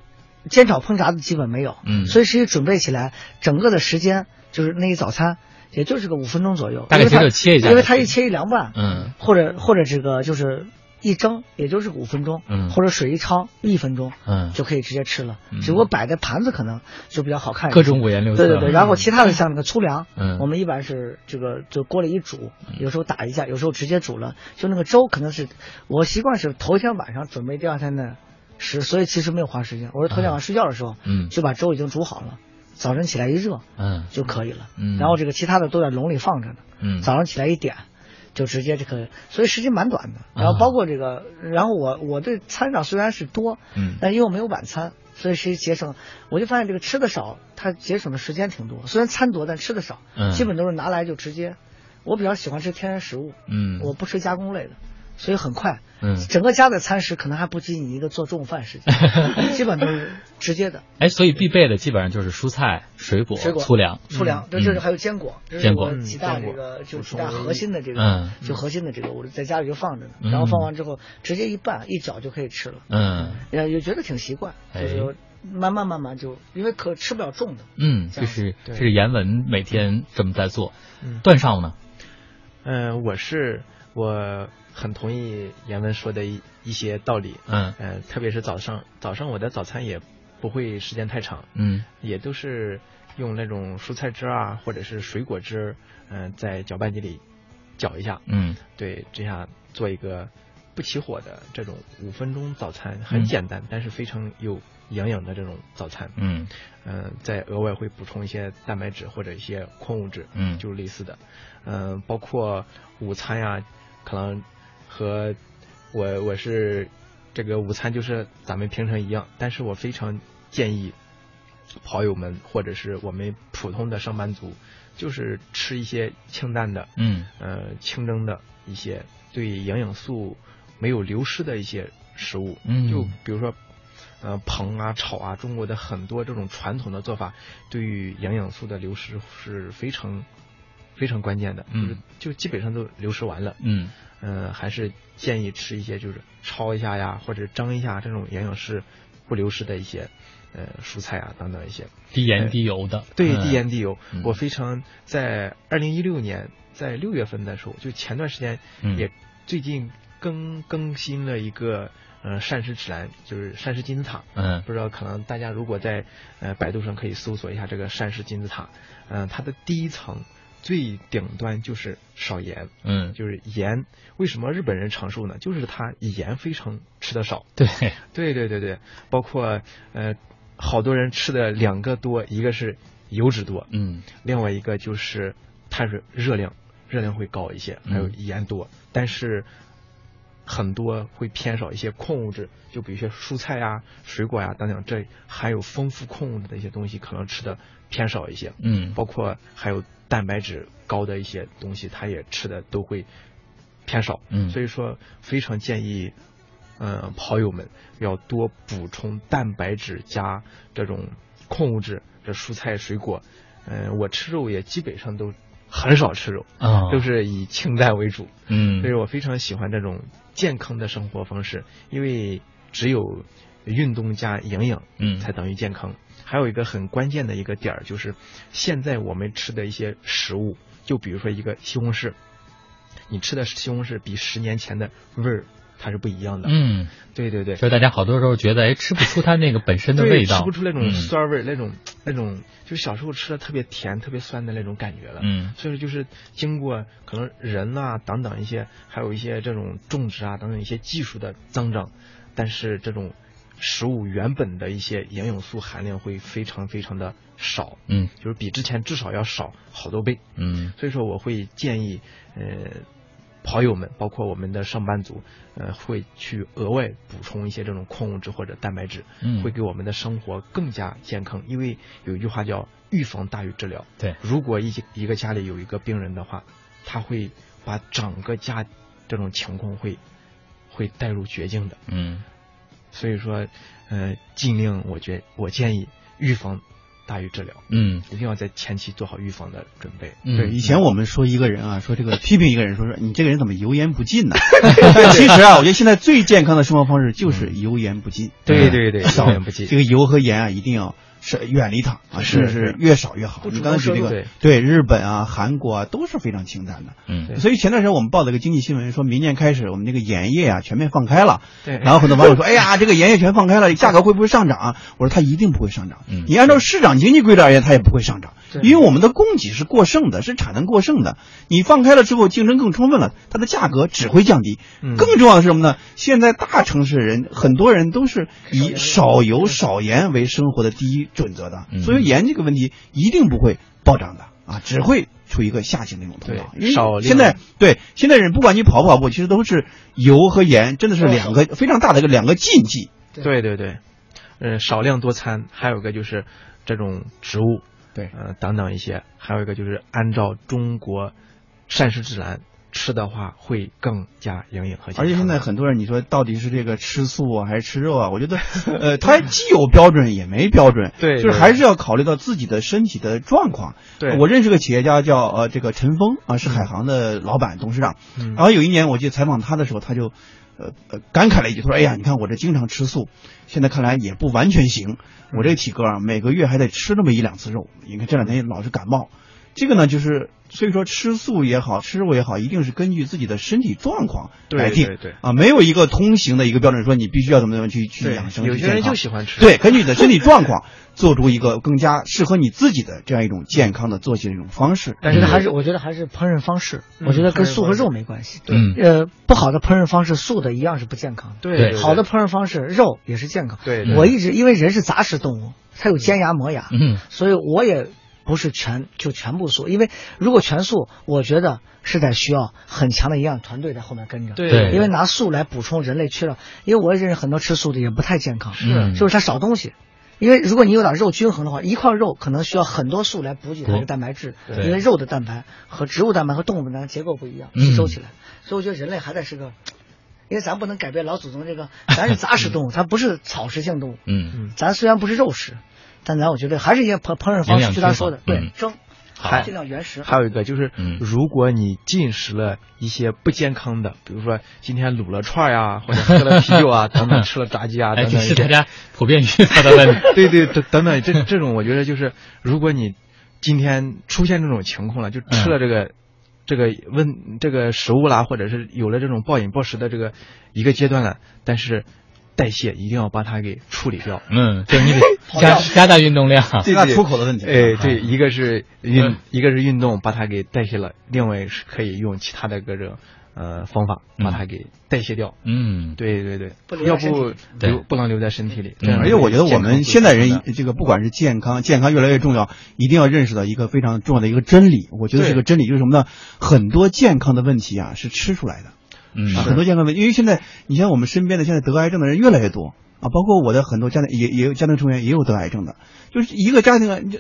B: 煎炒烹炸的基本没有。
A: 嗯
B: 所以实际准备起来，整个的时间就是那一早餐，也就是个五分钟左右。
A: 大概
B: 因为它
A: 随手切一下
B: 因为
A: 就
B: 它
A: 行
B: 一切一凉拌，
A: 嗯，
B: 或者或者这个就是一蒸，也就是五分钟，
A: 嗯
B: 或者水一焯一分钟，
A: 嗯
B: 就可以直接吃了。
A: 嗯
B: 只不过摆的盘子可能就比较好看一些，
A: 各种五颜六色
B: 对对对，然后其他的像那个粗粮，
A: 嗯
B: 我们一般是这个就锅里一煮，有时候打一下，有时候直接煮了。就那个粥可能是我习惯是头一天晚上准备第二天的食，所以其实没有花时间。我是头天晚上睡觉的时候，
A: 嗯
B: 就把粥已经煮好了，早晨起来一热，
A: 嗯
B: 就可以了。
A: 嗯
B: 然后这个其他的都在笼里放着呢。
A: 嗯
B: 早上起来一点，就直接这个，所以时间蛮短的。然
A: 啊
B: 后包括这个，然后我我对餐量虽然是多，
A: 嗯
B: 但因为我没有晚餐，所以是节省。我就发现这个吃的少，它节省的时间挺多。虽然餐多，但吃的少，
A: 嗯
B: 基本都是拿来就直接。我比较喜欢吃天然食物，
A: 嗯
B: 我不吃加工类的。所以很快，
A: 嗯
B: 整个家的餐食可能还不及你一个做中午饭时
A: [LAUGHS]
B: 间，基本都是直接的。
A: 哎，所以必备的基本上就是蔬菜、水果、
B: 水果、
A: 粗粮、
B: 粗粮，对，
A: 嗯
B: 这是还有坚果，这是
A: 坚果
B: 我几大这个就几大核心的这个
A: 嗯，
B: 就核心的这个，我在家里就放着呢，
A: 嗯
B: 然后放完之后直接一拌一搅就可以吃了，
A: 嗯哎
B: 也也觉得挺习惯，就是慢慢慢慢就因为可吃不了重的，
A: 嗯，
B: 这样子
A: 这是这
B: 对
A: 是严文每天这么在做
C: 嗯。
A: 段少呢？
C: 嗯，我是我很同意严文说的一一些道理。
A: 嗯
C: 呃，特别是早上，早上我的早餐也不会时间太长。
A: 嗯，
C: 也都是用那种蔬菜汁啊，或者是水果汁，嗯、在搅拌机里搅一下。
A: 嗯，
C: 对，这样做一个不起火的这种五分钟早餐，很简单，但是非常有营养的这种早餐。
A: 嗯
C: 嗯、再额外会补充一些蛋白质或者一些矿物质，
A: 嗯
C: 就是类似的，嗯、包括午餐呀、可能和我我是这个午餐就是咱们平常一样，但是我非常建议跑友们或者是我们普通的上班族，就是吃一些清淡的，
A: 嗯，
C: 呃，清蒸的一些对营养素没有流失的一些食物，
A: 嗯
C: 就比如说。呃，烹啊、炒啊，中国的很多这种传统的做法，对于营养素的流失是非常非常关键的，
A: 嗯
C: 就是就基本上都流失完了，
A: 嗯，
C: 呃，还是建议吃一些就是焯一下呀，或者蒸一下这种营养是不流失的一些呃蔬菜啊等等一些
A: 低盐低油的
C: 呃对，
A: 嗯
C: 低盐低油。
A: 嗯
C: 我非常在二零一六年在六月份的时候，就前段时间
A: 嗯
C: 也最近更更新了一个。呃，膳食指南就是膳食金字塔，
A: 嗯
C: 不知道可能大家如果在呃百度上可以搜索一下这个膳食金字塔，嗯、它的第一层最顶端就是少盐，
A: 嗯
C: 就是盐。为什么日本人长寿呢？就是他盐非常吃的少，
A: 对，
C: 对对对对，包括呃，好多人吃的两个多，一个是油脂多，
A: 嗯，
C: 另外一个就是碳水热量，热量会高一些，
A: 嗯
C: 还有盐多，但是很多会偏少一些矿物质，就比如一些蔬菜呀、水果呀、啊等等，这含有丰富矿物质的一些东西，可能吃的偏少一些，
A: 嗯
C: 包括还有蛋白质高的一些东西，它也吃的都会偏少，
A: 嗯
C: 所以说非常建议，嗯，跑友们要多补充蛋白质加这种矿物质，这蔬菜水果，嗯、我吃肉也基本上都很少吃肉，
A: 啊
C: 都是以清淡为主，
A: 嗯
C: 所以我非常喜欢这种健康的生活方式，因为只有运动加营养，
A: 嗯
C: 才等于健康。还有一个很关键的一个点儿就是，现在我们吃的一些食物，就比如说一个西红柿，你吃的西红柿比十年前的味儿它是不一样的。，
A: 嗯，
C: 对对对，
A: 就是大家好多时候觉得哎吃不出它那个本身的
C: 对
A: 味道，
C: 吃不出那种
A: 嗯
C: 酸味儿、那种那种就是小时候吃的特别甜、特别酸的那种感觉了。
A: 嗯
C: 所以说就是经过可能人呐、等等一些，还有一些这种种植啊等等一些技术的增长，但是这种食物原本的一些营养素含量会非常非常的少，
A: 嗯，
C: 就是比之前至少要少好多倍。
A: 嗯
C: 所以说我会建议，呃，跑友们，包括我们的上班族，呃，会去额外补充一些这种矿物质或者蛋白质，
A: 嗯
C: 会给我们的生活更加健康。因为有一句话叫“预防大于治疗”。
A: 对
C: 如果一一个家里有一个病人的话，他会把整个家这种情况会会带入绝境的。
A: 嗯
C: 所以说，呃，尽量我觉我建议预防大于治疗，
A: 嗯，
C: 一定要在前期做好预防的准备。
D: 对，以前我们说一个人啊，说这个批评一个人，说说你这个人怎么油盐不进
C: [LAUGHS]
D: 呢？但其实啊，我觉得现在最健康的生活方式就是油盐不进。
C: 嗯对对对
D: 少
C: 油盐不进
D: 这个油和盐啊，一定要是远离它啊，
C: 是
D: 是是越少越好。
C: 不
D: 你
C: 主
D: 刚才
C: 动
D: 举
C: 摄
D: 这
C: 入
D: 个对
C: 对
D: 日本啊、韩国啊都是非常清淡的。
A: 嗯
D: 所以前段时间我们报了一个经济新闻，说明年开始我们这个盐业啊全面放开了。
C: 对
D: 然后很多网友
C: [LAUGHS]
D: 说：“哎呀，这个盐业全放开了，价格会不会上涨啊？”我说：“它一定不会上涨。
A: 嗯
D: 你按照市场经济规律而言，它也不会上涨，
C: 对
D: 因为我们的供给是过剩的，是产能过剩的。你放开了之后，竞争更充分了，它的价格只会降低。
C: 嗯
D: 更重要的是什么呢？现在大城市人很多人都是以少油少盐为生活的第一准则的，
A: 嗯
D: 所以盐这个问题一定不会暴涨的啊，只会处于一个下行的一种通道。
C: 对
D: 因为
C: 少量
D: 现在对现在人不管你跑不跑步，其实都是油和盐，真的是两个非常大的一个两个禁忌。
C: 对对对，嗯，少量多餐，还有一个就是这种植物，
D: 对
C: 呃，等等一些，还有一个就是按照中国膳食指南吃的话会更加营养和健康。
D: 而且现在很多人，你说到底是这个吃素啊，还是吃肉啊？我
C: [LAUGHS]
D: 觉得，呃，它既有标准也没标准，
C: 对
D: 就是还是要考虑到自己的身体的状况。
C: 对
D: 我认识个企业家叫呃这个陈峰啊，是海航的老板董事长。
C: 嗯
D: 然后有一年我记得采访他的时候，他就。呃呃，感慨了一句，他说：“哎呀，你看我这经常吃素，现在看来也不完全行。
C: 嗯
D: 我这体格啊，每个月还得吃那么一两次肉。你看这两天老是感冒，这个呢，就是所以说吃素也好，吃肉也好，一定是根据自己的身体状况
C: 对
D: 来定
C: 对对
D: 啊，没有一个通行的一个标准说你必须要怎么怎么去去
C: 对
D: 养生。
C: 有
D: 去
C: 些
D: 健
C: 人
D: 康
C: 就喜欢吃
D: 对，根据你的身体状况做出一个更加适合你自己的这样一种健康的作息的一种方式。
B: 我觉得还是我觉得还是烹饪方式，
D: 嗯
B: 我觉得跟
D: 烹饪
B: 素和
D: 方式
B: 肉没关系。
D: 对嗯
B: 呃，不好的烹饪方式，素的一样是不健康的。
C: 对对对
B: 好的烹饪方式，肉也是健康。
C: 对对
B: 我一直因为人是杂食动物，它有尖牙磨牙，
A: 嗯，
B: 所以我也不是全就全部素，因为如果全素，我觉得是得需要很强的营养团队在后面跟着。
A: 对
B: 因为拿素来补充人类缺料，因为我也认识很多吃素的也不太健康，
A: 是
B: 就是它少东西。因为如果你有点肉均衡的话，一块肉可能需要很多素来补给它这个蛋白质，
A: 对
B: 因为肉的蛋白和植物蛋白和动物蛋白结构不一样，
A: 嗯
B: 吸收起来。所以我觉得人类还得是个，因为咱不能改变老祖宗
C: [LAUGHS]
B: 这个，咱是杂食动物，咱不是草食性动物。
A: 嗯，
B: 咱虽然不是肉食，但咱我觉得还是一些烹烹饪方
C: 营养
B: 式，就咱
C: 均
B: 说的，
C: 衡
B: 对
C: 嗯，
B: 蒸，
C: 还
B: 尽量原始。
C: 还有一个就是，
A: 嗯
C: 如果你进食了一些不健康
A: [LAUGHS]
C: 的，比如说今天卤了串呀、或者喝了啤酒啊，等等，吃了炸鸡啊，
A: 哎，
C: 等
A: 这
C: 等，
A: 是大家普遍遇到的问题。
C: [LAUGHS] 对对，等等等，这这种我觉得就是，如果你今天出现这种情况了，就吃了这
A: 嗯
C: 个、这个温这个食物啦，或者是有了这种暴饮暴食的这个一个阶段了，但是代谢一定要把它给处理掉。
A: 嗯，就是你得加加大运动量，
C: 对对哎，对，
B: 嗯
A: 啊
C: 一个是运、
A: 嗯
C: 一个是运动把它给代谢了，另外是可以用其他的各种呃方法把它给代谢掉。
A: 嗯，
C: 对对对，
B: 不留
C: 要
B: 在身体
C: 不
B: 里
C: 留不能留在身体里。这样
D: 嗯而且我觉得
C: 健
D: 我
C: 康
D: 们
C: 是
D: 现代
C: 最好
D: 人
C: 的
D: 这个不管是健康，健康越来越重要，一定要认识到一个非常重要的一个真理。我觉得
C: 对
D: 这个真理就是什么呢？很多健康的问题啊是吃出来的，
A: 嗯
D: 啊很多健康问题，因为现在你像我们身边的现在得癌症的人越来越多啊，包括我的很多家庭也也有家庭成员也有得癌症的，就是一个家庭啊你这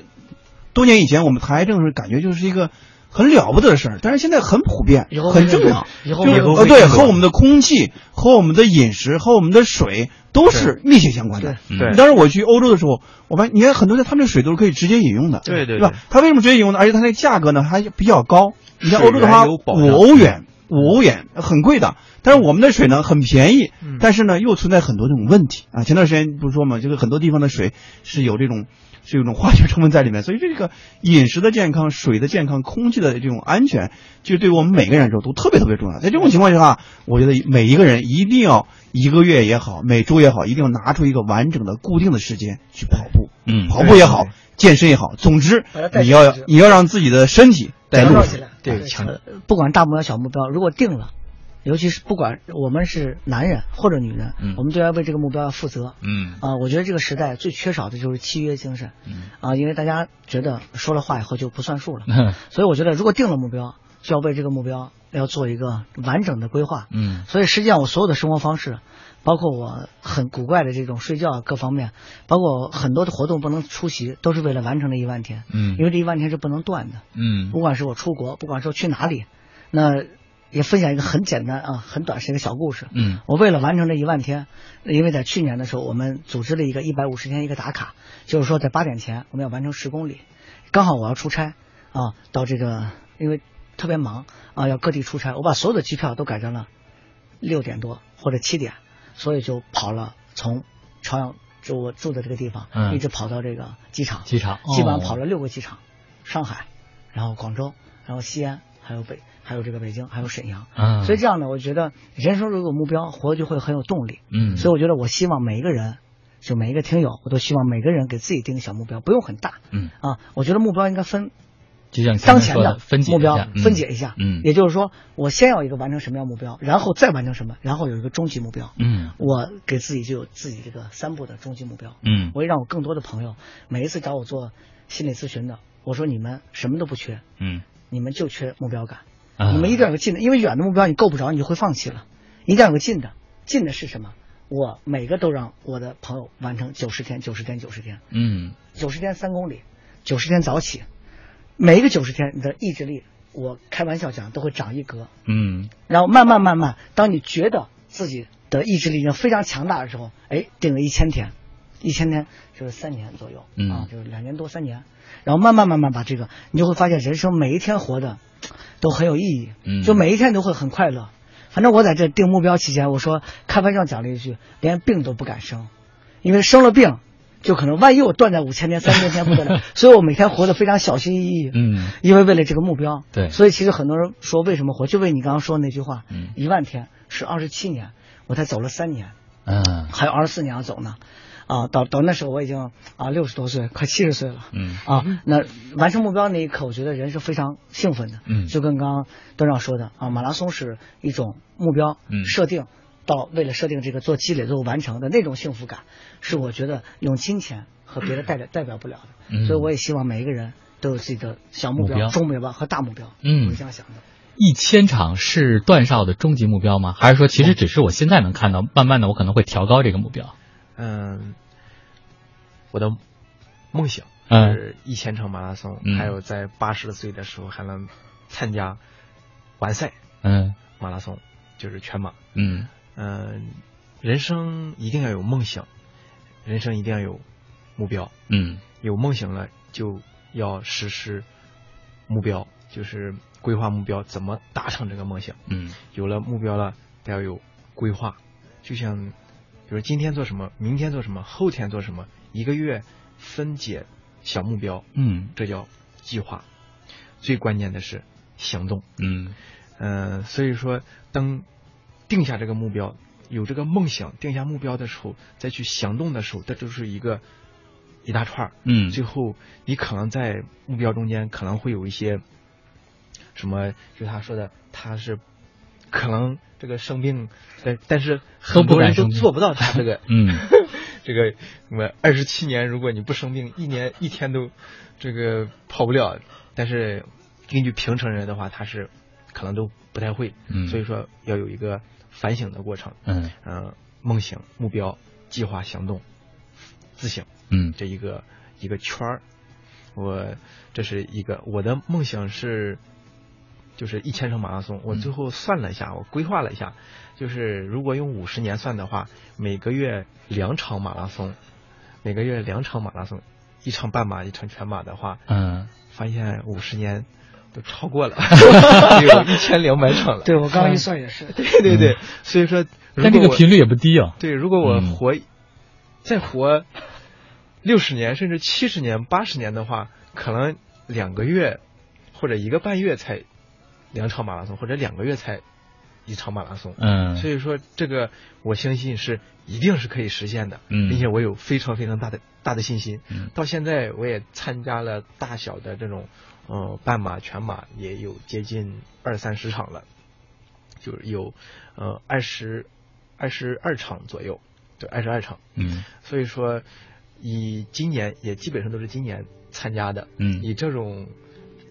D: 多年以前我们谈癌症的时候，感觉就是一个很了不得的事儿，但是现在很普遍
B: 以后，会
D: 很正
B: 更
D: 常
B: 多。以后
D: 就是
B: 会更
D: 呃
B: 多
D: 对，和我们的空气、和我们的饮食、和我们的水都是密切相关的。
C: 对对
D: 嗯当时我去欧洲的时候，我发现你看很多的他们的水都是可以直接饮用的。
C: 对
D: 对
C: 对
D: 吧
C: 对？
D: 它为什么直接饮用呢？而且它那价格呢还比较高。你像
C: 水
D: 欧洲的话，
C: 源有保障
D: 五欧元，五欧元很贵的。但是我们的水呢很便宜，
B: 嗯
D: 但是呢又存在很多这种问题啊。前段时间不是说嘛，这个很多地方的水是有这种是有一种化学成分在里面，所以这个饮食的健康、水的健康、空气的这种安全，就对我们每个人来说都特别特别重要。在这种情况下，我觉得每一个人一定要一个月也好，每周也好，一定要拿出一个完整的固定的时间去跑步，
A: 嗯
D: 跑步也好，健身也好，总之
B: 把它带
D: 你
B: 上
D: 要
B: 去
D: 你要让自己的身体在路
B: 强
D: 上
B: 壮起来，对，强不管大目标小目标，如果定了，尤其是不管我们是男人或者女人，
C: 嗯
B: 我们都要为这个目标要负责。
A: 嗯
B: 啊，我觉得这个时代最缺少的就是契约精神，
A: 嗯
B: 啊，因为大家觉得说了话以后就不算
C: [LAUGHS]
B: 数了，
A: 嗯
B: 所以我觉得如果定了目标，就要为这个目标要做一个完整的规划。
A: 嗯
B: 所以实际上我所有的生活方式，包括我很古怪的这种睡觉啊各方面，包括很多的活动不能出席，都是为了完成这一万天。
A: 嗯
B: 因为这一万天是不能断的。
A: 嗯
B: 不管是我出国，不管是我去哪里，那也分享一个很简单啊、很短时间的小故事。
A: 嗯
B: 我为了完成这一万天，因为在去年的时候，我们组织了一个一百五十天一个打卡，就是说在八点前我们要完成十公里。刚好我要出差啊，到这个因为特别忙啊，要各地出差，我把所有的机票都改成了六点多或者七点，所以就跑了从朝阳就我住的这个地方，
A: 嗯
B: 一直跑到这个机场，
A: 机场
B: 基本上
A: 哦
B: 跑了六个机场，上海，然后广州，然后西安，还有北，还有这个北京，还有沈阳。
A: 嗯
B: 所以这样呢，我觉得人生如果有目标，活就会很有动力。
A: 嗯
B: 所以我觉得我希望每一个人，就每一个听友，我都希望每个人给自己定个小目标，不用很大
A: 嗯，
B: 啊。我觉得目标应该分
A: 就像刚
B: 当
A: 才
B: 前
A: 说的
B: 的
A: 分解
B: 目
A: 一
B: 标
A: 下嗯
B: 分解一下，
A: 嗯
B: 也就是说，我先要一个完成什么样目标，然后再完成什么，然后有一个终极目标。
A: 嗯
B: 我给自己就有自己这个三步的终极目标。
A: 嗯
B: 我也让我更多的朋友，每一次找我做心理咨询的，我说你们什么都不缺，
A: 嗯
B: 你们就缺目标感，
A: 啊
B: 你们一定要有个近的，因为远的目标你够不着，你就会放弃了。一定要有个近的，近的是什么？我每个都让我的朋友完成九十天，九十天，九十天，
A: 嗯
B: 九十天三公里，九十天早起，每一个九十天你的意志力我开玩笑讲都会长一格，
A: 嗯，
B: 然后慢慢慢慢，当你觉得自己的意志力已经非常强大的时候，哎，定了一千天，一千天就是三年左右，
A: 嗯
B: 啊，就是两年多三年，然后慢慢慢慢把这个，你就会发现人生每一天活的都很有意义，
A: 嗯
B: 就每一天都会很快乐。反正我在这定目标期间，我说开玩笑讲了一句，连病都不敢生，因为生了病。就可能万一我断在五千天、三千天不
A: [LAUGHS]
B: 得了，所以我每天活得非常小心翼翼。
A: 嗯，
B: 因为为了这个目标，
A: 对
B: 所以其实很多人说为什么活，就为你刚刚说的那句话，
A: 嗯
B: 一万天是二十七年，我才走了三年，
A: 嗯
B: 还有二十四年要走呢，啊，到到那时候我已经啊六十多岁，快七十岁了，
A: 嗯
B: 啊，那完成目标那一刻，我觉得人是非常兴奋的，
A: 嗯
B: 就跟刚刚段长说的啊，马拉松是一种目标
A: 嗯
B: 设定。到为了设定这个做积累最后完成的那种幸福感，是我觉得用金钱和别的代表代表不了的。
A: 嗯
B: 所以我也希望每一个人都有自己的小目标、
A: 目标
B: 中目标和大目标。
A: 嗯
B: 我是这样想的。
A: 一千场是段少的终极目标吗？还是说其实只是我现在能看到，慢慢的我可能会调高这个目标？
C: 嗯，我的梦想
A: 嗯
C: 是一千场马拉松，
A: 嗯
C: 还有在八十岁的时候还能参加完赛
A: 嗯
C: 马拉松，就是全马。
A: 嗯
C: 嗯、人生一定要有梦想，人生一定要有目标。
A: 嗯
C: 有梦想了就要实施目标，就是规划目标，怎么达成这个梦想。
A: 嗯
C: 有了目标了，得要有规划。就像，比如今天做什么，明天做什么，后天做什么，一个月分解小目标，
A: 嗯
C: 这叫计划。最关键的是行动。
A: 嗯
C: 嗯、所以说，当定下这个目标，有这个梦想，定下目标的时候，再去行动的时候，这就是一个一大串儿。
A: 嗯
C: 最后你可能在目标中间可能会有一些什么，就他说的，他是可能这个生病，但但是很
A: 都不
C: 多
A: 敢
C: 人
A: 生
C: 都
A: 病，
C: 做不到他这个
A: 嗯，
C: [LAUGHS] 这个什么二十七年，如果你不生病，一年一天都这个跑不了。但是根据平常人的话，他是可能都不太会，
A: 嗯
C: 所以说要有一个反省的过程，
A: 嗯
C: 呃，梦想、目标、计划、行动、自省，
A: 嗯
C: 这一个一个圈儿。我这是一个我的梦想是，就是一千场马拉松。
A: 嗯
C: 我最后算了一下，我规划了一下，就是如果用五十年算的话，每个月两场马拉松，每个月两场马拉松，一场半马，一场全马的话，
A: 嗯，
C: 发现五十年都超过
A: [LAUGHS]
C: 了，有一千两百场了。
B: 对我刚刚一算也是
C: [LAUGHS] 对对对，所以说，
A: 嗯但这个频率也不低啊
C: 对，如果我
A: 嗯
C: 活、再活六十年，甚至七十年、八十年的话，可能两个月或者一个半月才两场马拉松，或者两个月才一场马拉松。
A: 嗯
C: 所以说这个我相信是一定是可以实现的，
A: 嗯
C: 并且我有非常非常大的大的信心。
A: 嗯
C: 到现在我也参加了大小的这种呃半马、全马，也有接近二三十场了，就是有呃二十二十二场左右，对，二十二场。
A: 嗯
C: 所以说，以今年也基本上都是今年参加的。
A: 嗯
C: 以这种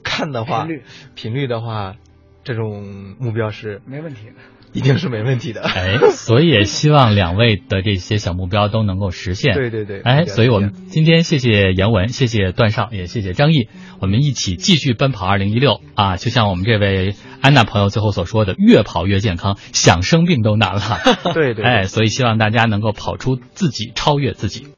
C: 看的话，
B: 频率
C: 频率的话，这种目标是
B: 没问题的，
C: 一定是没问题的。
A: 哎， [LAUGHS] 所以也希望两位的这些小目标都能够实现。
C: 对对对
A: 哎，
C: 对
A: 所以我们今天谢谢杨文，谢谢段少，也谢谢张毅，我们一起继续奔跑二零一六啊！就像我们这位安娜朋友最后所说的，越跑越健康，想生病都难了。
C: [LAUGHS] 对对对
A: 哎，所以希望大家能够跑出自己，超越自己。